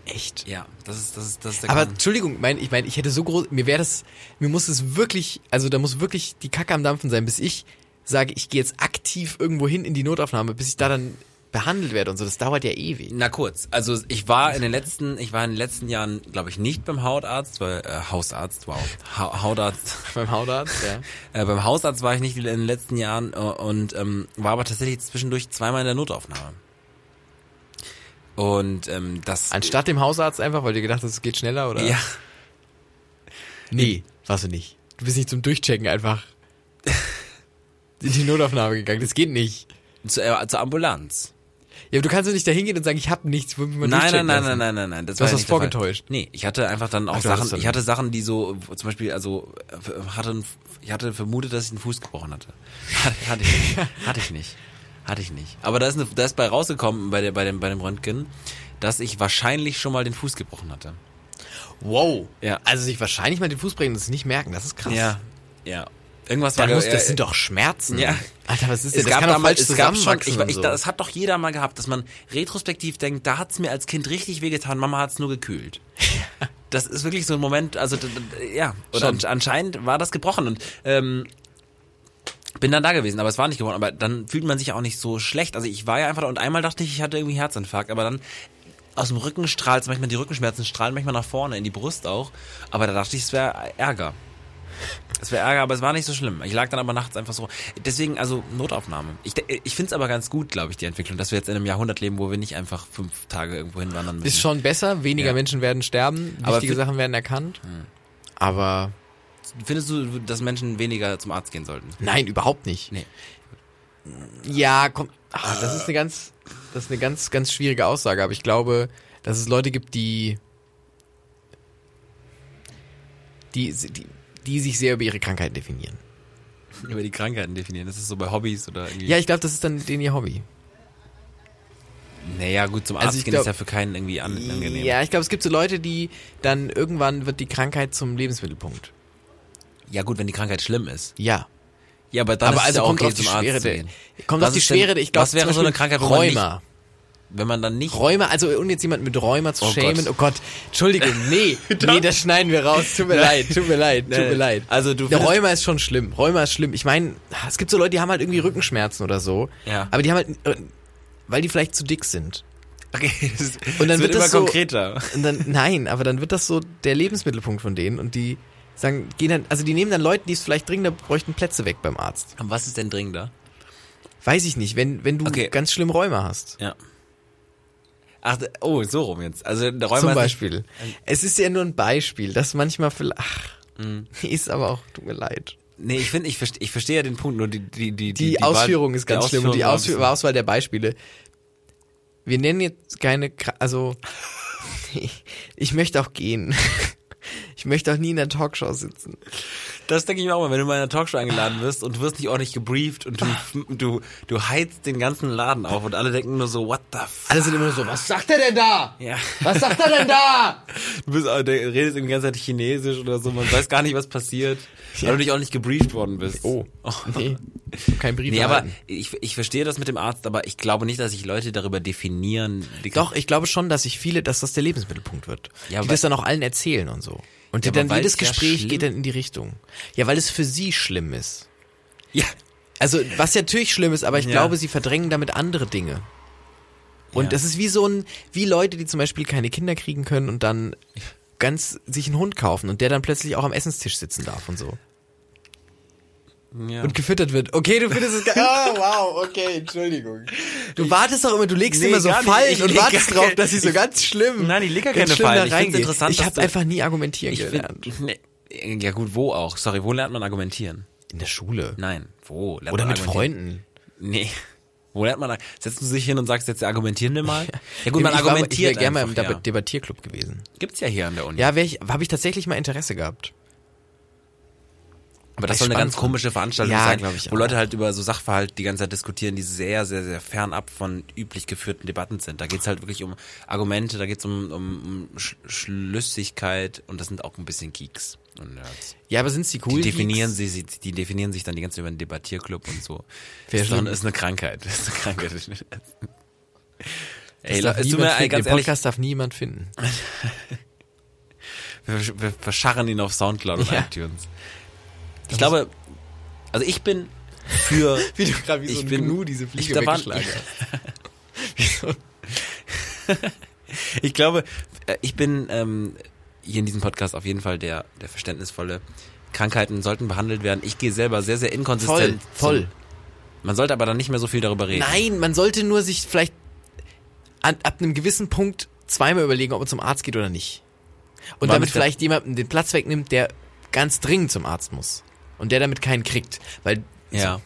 Speaker 1: echt.
Speaker 2: Ja, genau. das ist, das ist, das ist der
Speaker 1: Aber
Speaker 2: Grund.
Speaker 1: Entschuldigung, mein, ich meine, ich hätte so groß, mir wäre das, mir muss es wirklich, also da muss wirklich die Kacke am Dampfen sein, bis ich sage, ich gehe jetzt aktiv irgendwo hin in die Notaufnahme, bis ich da dann behandelt werde und so. Das dauert ja ewig.
Speaker 2: Na kurz, also ich war in den letzten, ich war in den letzten Jahren, glaube ich, nicht beim Hautarzt, weil äh, Hausarzt, wow, ha Hautarzt,
Speaker 1: Beim Hautarzt, ja.
Speaker 2: äh, beim Hausarzt war ich nicht in den letzten Jahren äh, und ähm, war aber tatsächlich zwischendurch zweimal in der Notaufnahme. Und ähm, das
Speaker 1: Anstatt dem Hausarzt einfach, weil du gedacht hast, es geht schneller, oder?
Speaker 2: ja,
Speaker 1: Nee, warst du nicht. Du bist nicht zum Durchchecken einfach in die Notaufnahme gegangen. Das geht nicht.
Speaker 2: zu, äh, zur Ambulanz.
Speaker 1: Ja, aber du kannst doch nicht da hingehen und sagen, ich hab nichts, wo man
Speaker 2: Nein, nein,
Speaker 1: durchchecken
Speaker 2: nein,
Speaker 1: lassen.
Speaker 2: nein, nein, nein, nein. Das
Speaker 1: Du hast
Speaker 2: war ja
Speaker 1: das
Speaker 2: nicht der Fall.
Speaker 1: vorgetäuscht.
Speaker 2: Nee, ich hatte einfach dann auch
Speaker 1: Ach, du hattest
Speaker 2: Sachen,
Speaker 1: dann-
Speaker 2: ich hatte Sachen, die so, wo zum Beispiel, also äh, hatte, einen- ich hatte vermutet, dass ich einen Fuß gebrochen hatte. Hatte, hatte ich nicht. hatte ich nicht. Hatte ich nicht. Aber da ist, eine, da ist bei rausgekommen, bei, der, bei, dem, bei dem Röntgen, dass ich wahrscheinlich schon mal den Fuß gebrochen hatte.
Speaker 1: Wow.
Speaker 2: Ja.
Speaker 1: Also sich wahrscheinlich mal den Fuß brechen und es nicht merken, das ist krass.
Speaker 2: Ja. Ja. Irgendwas
Speaker 1: Dann
Speaker 2: war
Speaker 1: muss,
Speaker 2: äh,
Speaker 1: das sind doch Schmerzen.
Speaker 2: Ja.
Speaker 1: Alter, was ist denn? Das
Speaker 2: es gab
Speaker 1: kann doch
Speaker 2: damals,
Speaker 1: falsch
Speaker 2: es gab schon, ich,
Speaker 1: zusammenwachsen.
Speaker 2: war- ich,
Speaker 1: und so.
Speaker 2: das hat doch jeder mal gehabt, dass man retrospektiv denkt, da hat's mir als Kind richtig wehgetan, Mama hat's nur gekühlt. Das ist wirklich so ein Moment, also d- d- ja, und
Speaker 1: Schon.
Speaker 2: an- anscheinend war das gebrochen und ähm, bin dann da gewesen, aber es war nicht geworden, aber dann fühlt man sich auch nicht so schlecht. Also ich war ja einfach da und einmal dachte ich, ich hatte irgendwie Herzinfarkt, aber dann aus dem Rücken strahlt manchmal die Rückenschmerzen strahlen manchmal nach vorne in die Brust auch, aber da dachte ich, es wäre Ärger. Es wäre Ärger, aber es war nicht so schlimm. Ich lag dann aber nachts einfach so. Deswegen, also Notaufnahme. Ich, de- ich finde es aber ganz gut, glaube ich, die Entwicklung, dass wir jetzt in einem Jahrhundert leben, wo wir nicht einfach fünf Tage irgendwo hinwandern müssen.
Speaker 1: ist schon besser, weniger
Speaker 2: Ja.
Speaker 1: Menschen werden sterben,
Speaker 2: Aber
Speaker 1: wichtige
Speaker 2: fi-
Speaker 1: Sachen werden erkannt. Aber
Speaker 2: Findest du, dass Menschen weniger zum Arzt gehen sollten?
Speaker 1: nein, überhaupt nicht.
Speaker 2: Nee.
Speaker 1: Ja, komm. Ah, das ist eine ganz, das ist eine ganz, ganz schwierige Aussage, aber ich glaube, dass es Leute gibt, die, die, die, die sich sehr über ihre Krankheit definieren.
Speaker 2: Über die Krankheiten definieren. Das ist so bei Hobbys oder irgendwie.
Speaker 1: Ja, ich glaube, das ist dann denen ihr Hobby.
Speaker 2: Naja, gut, zum Arzt
Speaker 1: Also ich
Speaker 2: gehen
Speaker 1: glaub-
Speaker 2: ist ja für keinen irgendwie an, angenehm.
Speaker 1: Ja, ich glaube, es gibt so Leute, die dann irgendwann wird die Krankheit zum Lebensmittelpunkt.
Speaker 2: ja, gut, wenn die Krankheit schlimm ist.
Speaker 1: Ja.
Speaker 2: Ja, aber dann ist
Speaker 1: aber
Speaker 2: es
Speaker 1: also
Speaker 2: ja
Speaker 1: kommt
Speaker 2: okay,
Speaker 1: auf die
Speaker 2: zum Arzt
Speaker 1: Schwere
Speaker 2: zu
Speaker 1: der,
Speaker 2: gehen.
Speaker 1: kommt
Speaker 2: Was
Speaker 1: auf die
Speaker 2: ist denn-
Speaker 1: Schwere der, ich glaube,
Speaker 2: was wäre so eine Krankheit, wo man nicht-
Speaker 1: Rheuma.
Speaker 2: Wenn man dann nicht.
Speaker 1: Rheuma, also um jetzt jemand mit Rheuma zu
Speaker 2: Oh
Speaker 1: schämen.
Speaker 2: Gott.
Speaker 1: Oh Gott, Entschuldigung, nee, nee, das schneiden wir raus. Tut mir leid, tut mir leid, tut
Speaker 2: Nein.
Speaker 1: mir leid.
Speaker 2: Also du
Speaker 1: Der
Speaker 2: findest-
Speaker 1: Rheuma ist schon schlimm. Rheuma ist schlimm. Ich meine, es gibt so Leute, die haben halt irgendwie Rückenschmerzen oder so.
Speaker 2: Ja.
Speaker 1: Aber die haben halt, äh, weil die vielleicht zu dick sind.
Speaker 2: Okay, das,
Speaker 1: Und dann
Speaker 2: es
Speaker 1: wird
Speaker 2: immer
Speaker 1: das so-
Speaker 2: konkreter.
Speaker 1: Und dann, nein, aber dann wird das so der Lebensmittelpunkt von denen und die sagen, gehen dann, also die nehmen dann Leute, die es vielleicht dringender bräuchten, Plätze weg beim Arzt.
Speaker 2: Aber was ist denn dringender?
Speaker 1: Weiß ich nicht, wenn, wenn du
Speaker 2: Okay.
Speaker 1: ganz schlimm Rheuma hast.
Speaker 2: Ja. Ach, d- oh, so rum jetzt. Also der Räumer
Speaker 1: Zum Beispiel. Es ist ja nur ein Beispiel, dass manchmal vielleicht, ach, ist aber auch, tut mir leid.
Speaker 2: Nee, ich finde, ich verstehe ich versteh ja den Punkt, nur die die die
Speaker 1: Die, Ausführung ist ganz schlimm und die Ausführ
Speaker 2: war
Speaker 1: Auswahl der Beispiele. Wir nennen jetzt keine, Kra- also ich möchte auch gehen. Ich möchte auch nie in der Talkshow sitzen.
Speaker 2: ein bisschen- Das denke ich mir auch mal, wenn du mal in einer Talkshow eingeladen wirst und du wirst nicht ordentlich gebrieft und du, du, du heizt den ganzen Laden auf und alle denken nur so, what the fuck?
Speaker 1: Alle sind immer so, was sagt er denn da?
Speaker 2: Ja.
Speaker 1: Was sagt er denn da?
Speaker 2: Du bist, auch- der redest irgendwie die ganze Zeit Chinesisch oder so, man weiß gar nicht, was passiert, weil du dich auch nicht gebrieft worden bist.
Speaker 1: Oh. Nee, kein Brief.
Speaker 2: Nee, aber
Speaker 1: erhalten.
Speaker 2: ich, ich verstehe das mit dem Arzt, aber ich glaube nicht, dass sich Leute darüber definieren. die-
Speaker 1: Doch, ich glaube schon, dass sich viele, dass das der Lebensmittelpunkt wird.
Speaker 2: Ja,
Speaker 1: die
Speaker 2: weil-
Speaker 1: das dann auch allen erzählen und so. Und die
Speaker 2: Ja, aber
Speaker 1: dann
Speaker 2: weil
Speaker 1: jedes
Speaker 2: es ja
Speaker 1: Gespräch
Speaker 2: schlimm-
Speaker 1: geht dann in die Richtung. Ja, weil es für sie schlimm ist.
Speaker 2: Ja,
Speaker 1: Also, was ja natürlich schlimm ist, aber ich
Speaker 2: Ja.
Speaker 1: glaube, sie verdrängen damit andere Dinge. Und
Speaker 2: Ja.
Speaker 1: das ist wie so ein, wie Leute, die zum Beispiel keine Kinder kriegen können und dann ganz sich einen Hund kaufen und der dann plötzlich auch am Essenstisch sitzen darf und so.
Speaker 2: ja.
Speaker 1: Und gefüttert wird. Okay, du findest es geil.
Speaker 2: Oh,
Speaker 1: Ah, wow, okay, Entschuldigung. Du wartest doch immer, du legst
Speaker 2: Nee,
Speaker 1: immer so
Speaker 2: gar nicht.
Speaker 1: Fallen
Speaker 2: Ich
Speaker 1: und
Speaker 2: leg
Speaker 1: wartest
Speaker 2: gar
Speaker 1: drauf,
Speaker 2: kein-
Speaker 1: dass sie so
Speaker 2: ich-
Speaker 1: ganz schlimm.
Speaker 2: Nein, ich leg gar
Speaker 1: ganz
Speaker 2: keine
Speaker 1: schlimm
Speaker 2: Fallen.
Speaker 1: da
Speaker 2: Ich find's
Speaker 1: reingehen.
Speaker 2: interessant,
Speaker 1: Ich
Speaker 2: dass
Speaker 1: habe
Speaker 2: du-
Speaker 1: einfach nie argumentieren
Speaker 2: Ich
Speaker 1: gelernt.
Speaker 2: find, nee, ja gut, wo auch? Sorry, wo lernt man argumentieren?
Speaker 1: In der Schule.
Speaker 2: Nein, wo? Lernt
Speaker 1: Oder
Speaker 2: man
Speaker 1: mit
Speaker 2: argumentieren?
Speaker 1: Freunden.
Speaker 2: Nee. Wo lernt man? Setzt du dich hin und sagst, jetzt argumentieren wir mal? Ja gut,
Speaker 1: Ich
Speaker 2: man
Speaker 1: war- Ich wäre
Speaker 2: argumentiert
Speaker 1: gerne mal im
Speaker 2: einfach,
Speaker 1: Deba-
Speaker 2: ja.
Speaker 1: Debattierclub gewesen.
Speaker 2: Gibt's ja hier an der Uni.
Speaker 1: Ja, wär ich, habe ich tatsächlich mal Interesse gehabt.
Speaker 2: aber das
Speaker 1: ich
Speaker 2: soll eine
Speaker 1: spannend
Speaker 2: ganz komische Veranstaltung
Speaker 1: Ja,
Speaker 2: sein,
Speaker 1: glaub ich
Speaker 2: wo
Speaker 1: auch.
Speaker 2: Leute halt über so Sachverhalte die ganze Zeit diskutieren, die sehr, sehr, sehr fernab von üblich geführten Debatten sind. Da geht's halt wirklich um Argumente, da geht's um, um, um Sch Schlüssigkeit und das sind auch ein bisschen Geeks und Nerds.
Speaker 1: Ja, aber sind sie cool?
Speaker 2: Die
Speaker 1: Geeks?
Speaker 2: definieren, sie, sie, die definieren sich dann die ganze Zeit über den Debattierclub und so.
Speaker 1: Wäre
Speaker 2: Ist, doch,
Speaker 1: schlimm.
Speaker 2: ist eine Krankheit. Ist eine Krankheit.
Speaker 1: Das
Speaker 2: Ey,
Speaker 1: darf
Speaker 2: Leute, es tut
Speaker 1: niemand
Speaker 2: mir
Speaker 1: finden.
Speaker 2: ganz
Speaker 1: Den
Speaker 2: ehrlich,
Speaker 1: Podcast darf niemand finden.
Speaker 2: wir, wir verscharren ihn auf Soundcloud und
Speaker 1: Ja.
Speaker 2: iTunes. Ich glaube, also ich bin für,
Speaker 1: Wie du gerade
Speaker 2: Ich bin-
Speaker 1: diese
Speaker 2: ich- da waren- ich glaube, äh, ich bin ähm, hier in diesem Podcast auf jeden Fall der, der verständnisvolle. Krankheiten sollten behandelt werden. Ich gehe selber sehr, sehr
Speaker 1: Voll,
Speaker 2: inkonsistent.
Speaker 1: voll.
Speaker 2: Zum, man sollte aber dann nicht mehr so viel darüber reden.
Speaker 1: Nein, man sollte nur sich vielleicht an, ab einem gewissen Punkt zweimal überlegen, ob man zum Arzt geht oder nicht. Und
Speaker 2: Weil
Speaker 1: damit
Speaker 2: mit der-
Speaker 1: vielleicht jemandem den Platz wegnimmt, der ganz dringend zum Arzt muss. Und der damit keinen kriegt. Weil,
Speaker 2: Ja.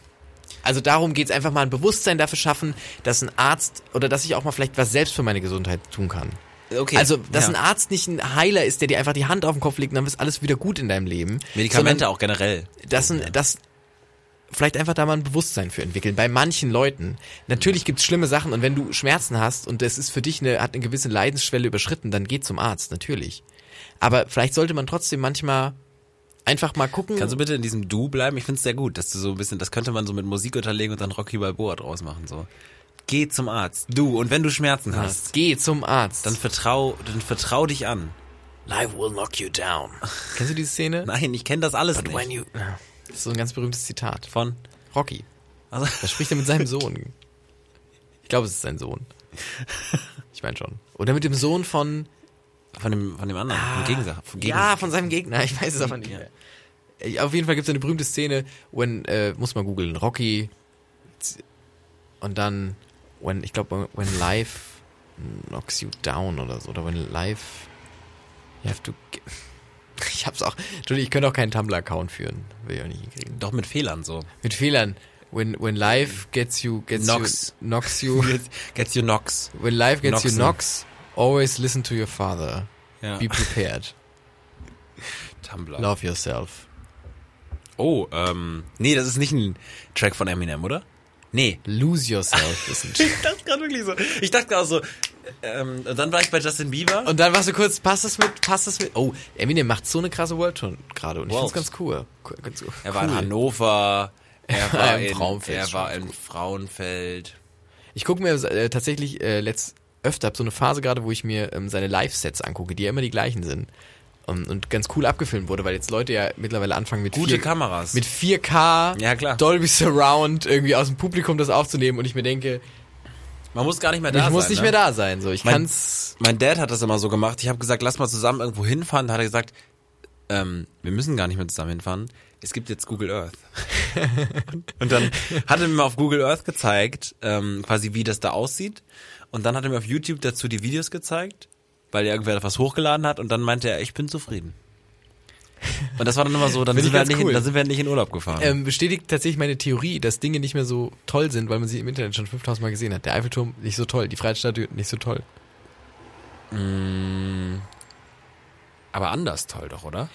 Speaker 1: also darum geht's einfach mal ein Bewusstsein dafür schaffen, dass ein Arzt oder dass ich auch mal vielleicht was selbst für meine Gesundheit tun kann.
Speaker 2: Okay.
Speaker 1: Also, dass
Speaker 2: ja.
Speaker 1: ein Arzt nicht ein Heiler ist, der dir einfach die Hand auf den Kopf legt und dann ist alles wieder gut in deinem Leben.
Speaker 2: Medikamente auch generell.
Speaker 1: dass, ein, dass vielleicht einfach da mal ein Bewusstsein für entwickeln. Bei manchen Leuten. Natürlich gibt's schlimme Sachen und wenn du Schmerzen hast und das ist für dich eine, hat eine gewisse Leidensschwelle überschritten, dann geh zum Arzt, natürlich. Aber vielleicht sollte man trotzdem manchmal Einfach mal gucken.
Speaker 2: Kannst du bitte in diesem Du bleiben? Ich find's sehr gut, dass du so ein bisschen, das könnte man so mit Musik unterlegen und dann Rocky Balboa draus machen, so. Geh zum Arzt. Du, und wenn du Schmerzen hast,
Speaker 1: Geh zum Arzt.
Speaker 2: dann vertrau, dann vertrau dich an. Life will knock you down.
Speaker 1: Kennst du diese Szene?
Speaker 2: Nein, ich kenne das alles
Speaker 1: But when
Speaker 2: nicht.
Speaker 1: you- Das ist so ein ganz berühmtes Zitat.
Speaker 2: Von,
Speaker 1: Rocky.
Speaker 2: also,
Speaker 1: Da spricht er mit seinem Sohn. Ich glaube, es ist sein Sohn. Ich meine schon. Oder mit dem Sohn von.
Speaker 2: von dem, von dem anderen, vom Gegensatz. vom
Speaker 1: Ah, Ja, von seinem Gegner. Ich weiß es aber nicht
Speaker 2: Ja.
Speaker 1: mehr. Äh, Auf jeden Fall gibt es eine berühmte Szene, when, äh, muss man googeln, Rocky. z- Und dann, when, ich glaube, when life knocks you down oder so. Oder when life. You have to. g- Ich hab's auch. Entschuldigung, ich könnte auch keinen Tumblr-Account führen. Will ich auch nicht hinkriegen.
Speaker 2: Doch mit Fehlern so.
Speaker 1: Mit Fehlern. When, when life gets you, gets
Speaker 2: Knocks.
Speaker 1: you, knocks you.
Speaker 2: Gets you knocks.
Speaker 1: When life gets you
Speaker 2: Knoxen.
Speaker 1: knocks, always listen to your father.
Speaker 2: Ja.
Speaker 1: Be prepared.
Speaker 2: Tumblr.
Speaker 1: Love yourself.
Speaker 2: Oh, ähm, nee, das ist nicht ein Track von Eminem, oder? Nee.
Speaker 1: Lose yourself. ist ein Sch-
Speaker 2: Ich dachte gerade wirklich so. Ich dachte gerade so, ähm, und dann war ich bei Justin Bieber.
Speaker 1: Und dann warst du kurz, passt das mit, passt das mit. Oh, Eminem macht so eine krasse World Tour gerade und ich find's
Speaker 2: World.
Speaker 1: ganz cool. Cool, ganz cool.
Speaker 2: er war in Hannover. Er war
Speaker 1: im
Speaker 2: in
Speaker 1: Frauenfeld.
Speaker 2: Er war in Frauenfeld.
Speaker 1: Ich gucke mir äh, tatsächlich äh, letzt öfter hab so eine Phase gerade, wo ich mir ähm, seine Live-Sets angucke, die ja immer die gleichen sind. Und, und ganz cool abgefilmt wurde, weil jetzt Leute ja mittlerweile anfangen mit
Speaker 2: Gute
Speaker 1: vier-
Speaker 2: Kameras.
Speaker 1: mit 4K,
Speaker 2: Ja, klar.
Speaker 1: Dolby Surround, irgendwie aus dem Publikum das aufzunehmen und ich mir denke,
Speaker 2: Man muss gar nicht mehr
Speaker 1: ich
Speaker 2: da sein.
Speaker 1: muss nicht
Speaker 2: ne?
Speaker 1: mehr da sein. So, ich
Speaker 2: Mein-
Speaker 1: kann's.
Speaker 2: Mein Dad hat das immer so gemacht. Ich habe gesagt, lass mal zusammen irgendwo hinfahren. Da hat er gesagt, ähm, wir müssen gar nicht mehr zusammen hinfahren. Es gibt jetzt Google Earth. und dann hat er mir auf Google Earth gezeigt, ähm, quasi wie das da aussieht. Und dann hat er mir auf YouTube dazu die Videos gezeigt, weil ja irgendwer was hochgeladen hat. Und dann meinte er, ich bin zufrieden. Und das war dann immer so, dann,
Speaker 1: Find
Speaker 2: sind
Speaker 1: ich
Speaker 2: wir, halt
Speaker 1: ganz
Speaker 2: nicht, in-
Speaker 1: cool.
Speaker 2: dann sind wir halt nicht in Urlaub gefahren.
Speaker 1: Ähm, bestätigt tatsächlich meine Theorie, dass Dinge nicht mehr so toll sind, weil man sie im Internet schon 5000 Mal gesehen hat. Der Eiffelturm nicht so toll, die Freiheitsstatue nicht so toll.
Speaker 2: Aber anders toll doch, oder?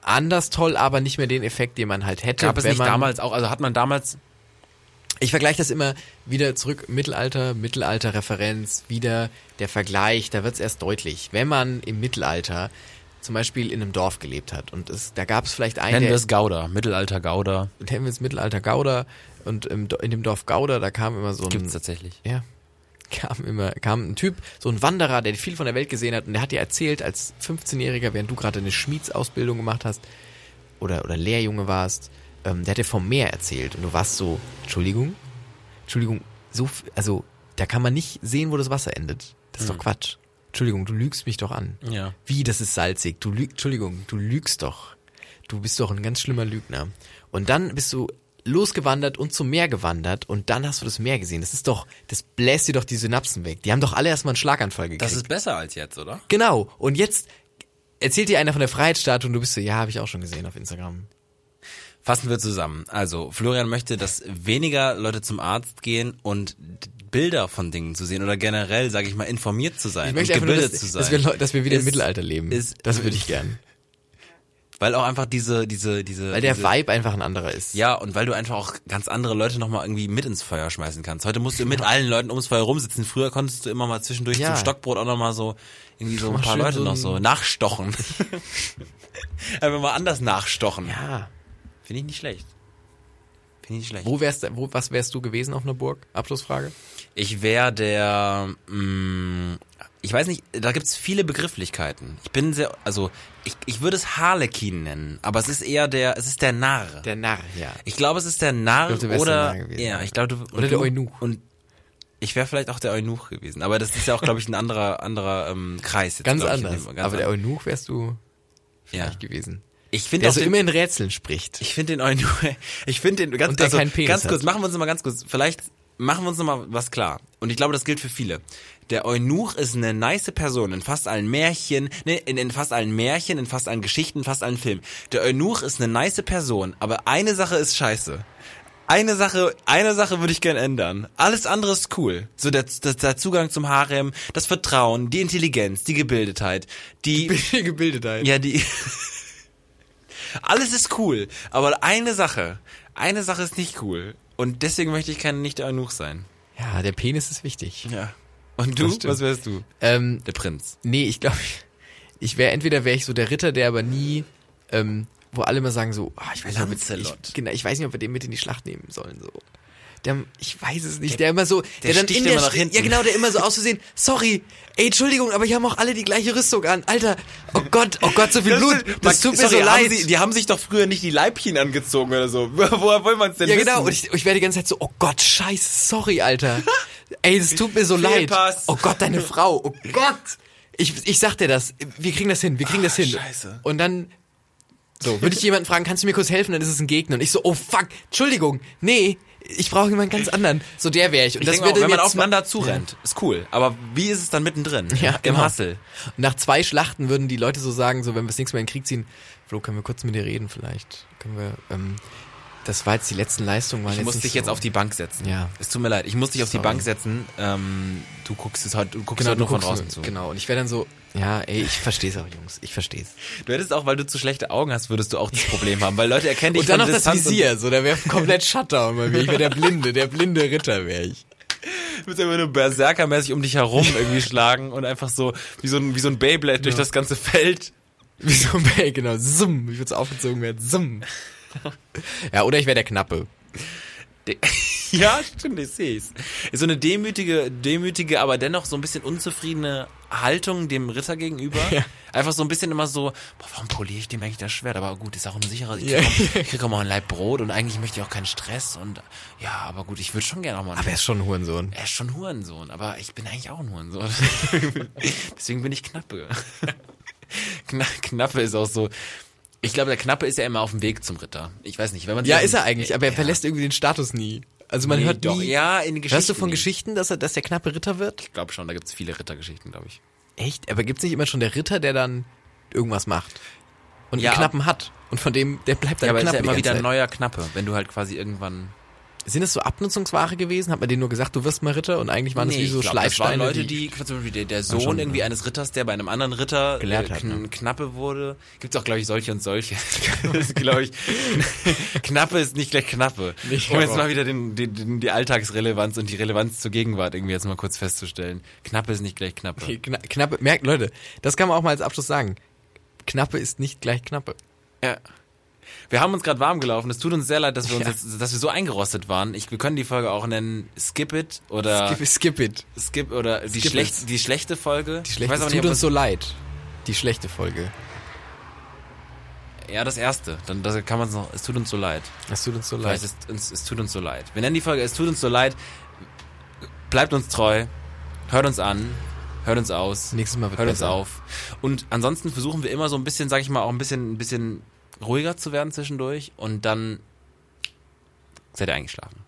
Speaker 1: Anders toll, aber nicht mehr den Effekt, den man halt hätte.
Speaker 2: Gab es
Speaker 1: wenn
Speaker 2: nicht
Speaker 1: man,
Speaker 2: damals auch, also hat man damals
Speaker 1: Ich vergleiche das immer wieder zurück, Mittelalter, Mittelalter-Referenz, wieder der Vergleich, da wird's erst deutlich. Wenn man im Mittelalter zum Beispiel in einem Dorf gelebt hat und es, da gab's vielleicht einen,
Speaker 2: Nennen
Speaker 1: der
Speaker 2: wir es Gouda, Mittelalter Gouda.
Speaker 1: nennen wir es Mittelalter Gouda und im, Do- in dem Dorf Gouda, da kam immer so ein,
Speaker 2: Gibt's tatsächlich.
Speaker 1: ja, kam immer, kam ein Typ, so ein Wanderer, der viel von der Welt gesehen hat und der hat dir erzählt, als 15-Jähriger, während du gerade eine Schmiedsausbildung gemacht hast oder, oder Lehrjunge warst, ähm, der hat dir vom Meer erzählt und du warst so, Entschuldigung, Entschuldigung, so, f- also, da kann man nicht sehen, wo das Wasser endet. Das ist doch Quatsch. Entschuldigung, du lügst mich doch an.
Speaker 2: Ja.
Speaker 1: Wie, das ist salzig. Du lüg, Entschuldigung, du lügst doch. Du bist doch ein ganz schlimmer Lügner. Und dann bist du losgewandert und zum Meer gewandert und dann hast du das Meer gesehen. Das ist doch, das bläst dir doch die Synapsen weg. Die haben doch alle erstmal einen Schlaganfall gekriegt.
Speaker 2: Das ist besser als jetzt, oder?
Speaker 1: genau. Und jetzt erzählt dir einer von der Freiheitsstatue und du bist so, ja, habe ich auch schon gesehen auf Instagram.
Speaker 2: Fassen wir zusammen. Also, Florian möchte, dass weniger Leute zum Arzt gehen und d- Bilder von Dingen zu sehen oder generell, sage ich mal, informiert zu sein
Speaker 1: Ich möchte
Speaker 2: und
Speaker 1: einfach nur,
Speaker 2: gebildet
Speaker 1: dass,
Speaker 2: zu sein.
Speaker 1: dass, wir, Leu- dass wir wieder
Speaker 2: Ist-
Speaker 1: im Mittelalter leben.
Speaker 2: ist-
Speaker 1: das würde ich gern.
Speaker 2: weil auch einfach diese diese diese
Speaker 1: Weil der
Speaker 2: diese,
Speaker 1: Vibe einfach ein anderer ist.
Speaker 2: ja, und weil du einfach auch ganz andere Leute nochmal irgendwie mit ins Feuer schmeißen kannst. Heute musst du mit allen Leuten ums Feuer rumsitzen. Früher konntest du immer mal zwischendurch
Speaker 1: Ja.
Speaker 2: zum Stockbrot auch nochmal so irgendwie so ein
Speaker 1: Mal
Speaker 2: paar
Speaker 1: schön
Speaker 2: Leute
Speaker 1: so
Speaker 2: noch
Speaker 1: ein-
Speaker 2: so nachstochen. einfach mal anders nachstochen.
Speaker 1: ja.
Speaker 2: Finde ich nicht schlecht. Finde ich nicht schlecht.
Speaker 1: Wo wärst, wo, was wärst du gewesen auf einer Burg? Abschlussfrage.
Speaker 2: Ich wäre der. Mh, ich weiß nicht, da gibt's viele Begrifflichkeiten. Ich bin sehr. Also, ich, ich würde es Harlekin nennen, aber es ist eher der. Es ist der Narr.
Speaker 1: Der Narr, ja.
Speaker 2: ich glaube, es ist der Narr
Speaker 1: Ich glaub, du wärst
Speaker 2: oder.
Speaker 1: der Narr gewesen.
Speaker 2: ja, ich glaube, du.
Speaker 1: Oder der Eunuch.
Speaker 2: Und ich wäre vielleicht auch der Eunuch gewesen. Aber das ist ja auch, glaube ich, ein anderer, anderer ähm, Kreis. Jetzt,
Speaker 1: Ganz
Speaker 2: glaub ich, in
Speaker 1: anders.
Speaker 2: dem-
Speaker 1: Aber der
Speaker 2: anders.
Speaker 1: Eunuch wärst du
Speaker 2: ja.
Speaker 1: nicht gewesen.
Speaker 2: Ich finde
Speaker 1: Der
Speaker 2: auch
Speaker 1: so
Speaker 2: den-
Speaker 1: immer in Rätseln spricht.
Speaker 2: Ich finde den Eunuch, ich finde den ganz,
Speaker 1: Und der
Speaker 2: also,
Speaker 1: keinen Penis
Speaker 2: ganz
Speaker 1: hat.
Speaker 2: kurz, machen wir uns noch mal ganz kurz, vielleicht machen wir uns noch mal was klar. Und ich glaube, das gilt für viele. Der Eunuch ist eine nice Person in fast allen Märchen, nee, in, in fast allen Märchen, in fast allen Geschichten, in fast allen Filmen. Der Eunuch ist eine nice Person, aber eine Sache ist scheiße. Eine Sache, eine Sache würde ich gern ändern. Alles andere ist cool. So der, der, der Zugang zum Harem, das Vertrauen, die Intelligenz, die Gebildetheit, die
Speaker 1: Gebildetheit.
Speaker 2: ja, die. Alles ist cool, aber eine Sache, eine Sache ist nicht cool. Und deswegen möchte ich kein nicht eunuch sein.
Speaker 1: Ja, der Penis ist wichtig.
Speaker 2: Ja. Und du,
Speaker 1: Das stimmt.
Speaker 2: was wärst du?
Speaker 1: Ähm,
Speaker 2: Der Prinz.
Speaker 1: nee, ich glaube, ich wäre entweder wäre ich so der Ritter, der aber nie ähm, wo alle immer sagen so, ah, ich, weiß nicht, ob wir- ich,
Speaker 2: Lancelot.
Speaker 1: genau, ich weiß nicht, ob wir den mit in die Schlacht nehmen sollen. So. Der, ich weiß es nicht. Der, immer so, der, dann
Speaker 2: sticht
Speaker 1: in der
Speaker 2: immer nach
Speaker 1: Sch-
Speaker 2: hinten.
Speaker 1: Ja genau, der immer so auszusehen. Sorry, ey, Entschuldigung, aber hier haben auch alle die gleiche Rüstung an. Alter, oh Gott, oh Gott, so viel Blut. Das tut mir so leid.
Speaker 2: die haben sich doch früher nicht die Leibchen angezogen oder so. Woher wollen wir uns denn
Speaker 1: Ja, genau. Und ich, ich werde die ganze Zeit so, oh Gott, scheiße, sorry, Alter. Ey, es tut mir so leid.
Speaker 2: Fehlpass.
Speaker 1: Oh Gott, deine Frau. Oh Gott. Ich, ich sag dir das. Wir kriegen das hin. Wir kriegen das hin.
Speaker 2: Ah, scheiße.
Speaker 1: Und dann, so, würde ich jemanden fragen, kannst du mir kurz helfen? Dann ist es ein Gegner. Und ich so, oh fuck, Entschuldigung. Nee, ich brauche jemanden ganz anderen. So, der wäre ich. Und
Speaker 2: Ich
Speaker 1: das
Speaker 2: denke auch,
Speaker 1: würde
Speaker 2: wenn
Speaker 1: mir
Speaker 2: man
Speaker 1: zwei-
Speaker 2: aufeinander zurennt, ist cool. Aber wie ist es dann mittendrin?
Speaker 1: Ja,
Speaker 2: Im
Speaker 1: genau.
Speaker 2: Hassel.
Speaker 1: Und nach zwei Schlachten würden die Leute so sagen, so, wenn wir das nächste Mal in den Krieg ziehen, Flo, können wir kurz mit dir reden vielleicht? Können wir, ähm, das war jetzt die letzten Leistungen. waren
Speaker 2: Ich muss
Speaker 1: nicht
Speaker 2: dich jetzt
Speaker 1: so-
Speaker 2: auf die Bank setzen.
Speaker 1: Ja.
Speaker 2: Es tut mir leid, ich muss dich auf die
Speaker 1: Sorry.
Speaker 2: Bank setzen. Ähm, du guckst es heute, du guckst
Speaker 1: Genau, du
Speaker 2: heute nur von
Speaker 1: guckst
Speaker 2: draußen
Speaker 1: nur-
Speaker 2: zu.
Speaker 1: Genau, und ich wäre dann so, ja, ey, ich versteh's auch, Jungs, ich versteh's.
Speaker 2: Du hättest auch, weil du zu schlechte Augen hast, würdest du auch das Problem haben, weil Leute erkennen dich
Speaker 1: Und dann
Speaker 2: von
Speaker 1: noch das
Speaker 2: Distanz und-
Speaker 1: Visier, so, da wäre komplett Shutdown bei mir. Ich wäre der Blinde, der blinde Ritter wäre ich.
Speaker 2: Du würdest einfach nur berserkermäßig um dich herum irgendwie schlagen und einfach so wie so ein, wie so ein Beyblade durch das ganze Feld.
Speaker 1: Wie so ein Bell, genau, summ, ich würde so aufgezogen werden, summ. Ja, oder ich wäre der Knappe.
Speaker 2: Ja, stimmt, ich sehe es. Ist so eine demütige, demütige, aber dennoch so ein bisschen unzufriedene Haltung dem Ritter gegenüber.
Speaker 1: Ja.
Speaker 2: Einfach so ein bisschen immer so, boah, warum poliere ich dem eigentlich das Schwert? Aber gut, ist auch ein sicherer, ich
Speaker 1: Ja.
Speaker 2: kriege auch, ich krieg auch mal ein Leib Brot und eigentlich möchte ich auch keinen Stress und ja, aber gut, ich würde schon gerne auch mal.
Speaker 1: Aber er ist schon ein Hurensohn.
Speaker 2: er ist schon Hurensohn, aber ich bin eigentlich auch ein Hurensohn. Deswegen bin ich Knappe. Kna Knappe ist auch so. Ich glaube, der Knappe ist ja immer auf dem Weg zum Ritter. Ich weiß nicht, wenn man
Speaker 1: Ja,
Speaker 2: sich-
Speaker 1: ist er eigentlich, aber er verlässt irgendwie den Status nie. Also man
Speaker 2: Nee,
Speaker 1: hört
Speaker 2: doch,
Speaker 1: nie.
Speaker 2: ja, in Geschichten.
Speaker 1: Hörst du von
Speaker 2: nie.
Speaker 1: Geschichten, dass er, dass der Knappe Ritter wird?
Speaker 2: Ich glaube schon, da gibt's viele Rittergeschichten, glaube ich.
Speaker 1: Echt? Aber gibt's nicht immer schon der Ritter, der dann irgendwas macht? Und
Speaker 2: Ja.
Speaker 1: einen Knappen hat? Und von dem, der bleibt dann
Speaker 2: Ja, aber ist
Speaker 1: Knappe
Speaker 2: ja
Speaker 1: die
Speaker 2: immer
Speaker 1: ganze
Speaker 2: wieder
Speaker 1: Zeit.
Speaker 2: ein neuer Knappe, wenn du halt quasi irgendwann.
Speaker 1: Sind es so Abnutzungsware gewesen? Hat man denen nur gesagt, du wirst mal Ritter und eigentlich waren es wie
Speaker 2: ich
Speaker 1: so
Speaker 2: glaub, das waren
Speaker 1: Schleifsteine?
Speaker 2: Leute, die, zum Beispiel der, der Sohn
Speaker 1: schon,
Speaker 2: irgendwie
Speaker 1: ja.
Speaker 2: eines Ritters, der bei einem anderen Ritter
Speaker 1: Gelehrt
Speaker 2: äh,
Speaker 1: hat,
Speaker 2: kn
Speaker 1: ne?
Speaker 2: Knappe wurde. Gibt's auch, glaube ich, solche und solche. das glaube ich. Knappe ist nicht gleich Knappe.
Speaker 1: Nicht,
Speaker 2: um jetzt
Speaker 1: aber-
Speaker 2: mal wieder den, den, den, die Alltagsrelevanz und die Relevanz zur Gegenwart irgendwie jetzt mal kurz festzustellen. Knappe ist nicht gleich Knappe.
Speaker 1: Okay, kna knappe, merkt Leute, das kann man auch mal als Abschluss sagen. Knappe ist nicht gleich Knappe.
Speaker 2: Ja. Wir haben uns gerade warm gelaufen. Es tut uns sehr leid, dass wir uns
Speaker 1: Ja.
Speaker 2: jetzt, dass wir so eingerostet waren. Ich, wir können die Folge auch nennen Skip It oder Skip,
Speaker 1: Skip, skip it.
Speaker 2: oder die,
Speaker 1: Skip
Speaker 2: schlecht,
Speaker 1: It.
Speaker 2: die schlechte Folge.
Speaker 1: Die schlechte, es tut
Speaker 2: ob
Speaker 1: uns so leid. Die schlechte Folge.
Speaker 2: das- ja, das erste. Dann das kann man noch. Es tut uns so leid.
Speaker 1: Es tut uns so leid.
Speaker 2: Vielleicht ist, uns, es tut uns so leid. Wir nennen die Folge Es tut uns so leid. Bleibt uns treu. Hört uns an. Hört uns aus.
Speaker 1: Nächstes Mal wird
Speaker 2: Hört uns
Speaker 1: besser.
Speaker 2: auf. Und ansonsten versuchen wir immer so ein bisschen, sag ich mal, auch ein bisschen, ein bisschen ruhiger zu werden zwischendurch und dann seid ihr eingeschlafen.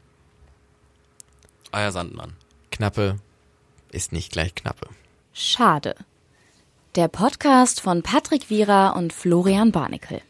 Speaker 2: Euer Sandmann.
Speaker 1: Knappe ist nicht gleich Knappe.
Speaker 3: Schade. Der Podcast von Patrick Wierer und Florian Barnikel.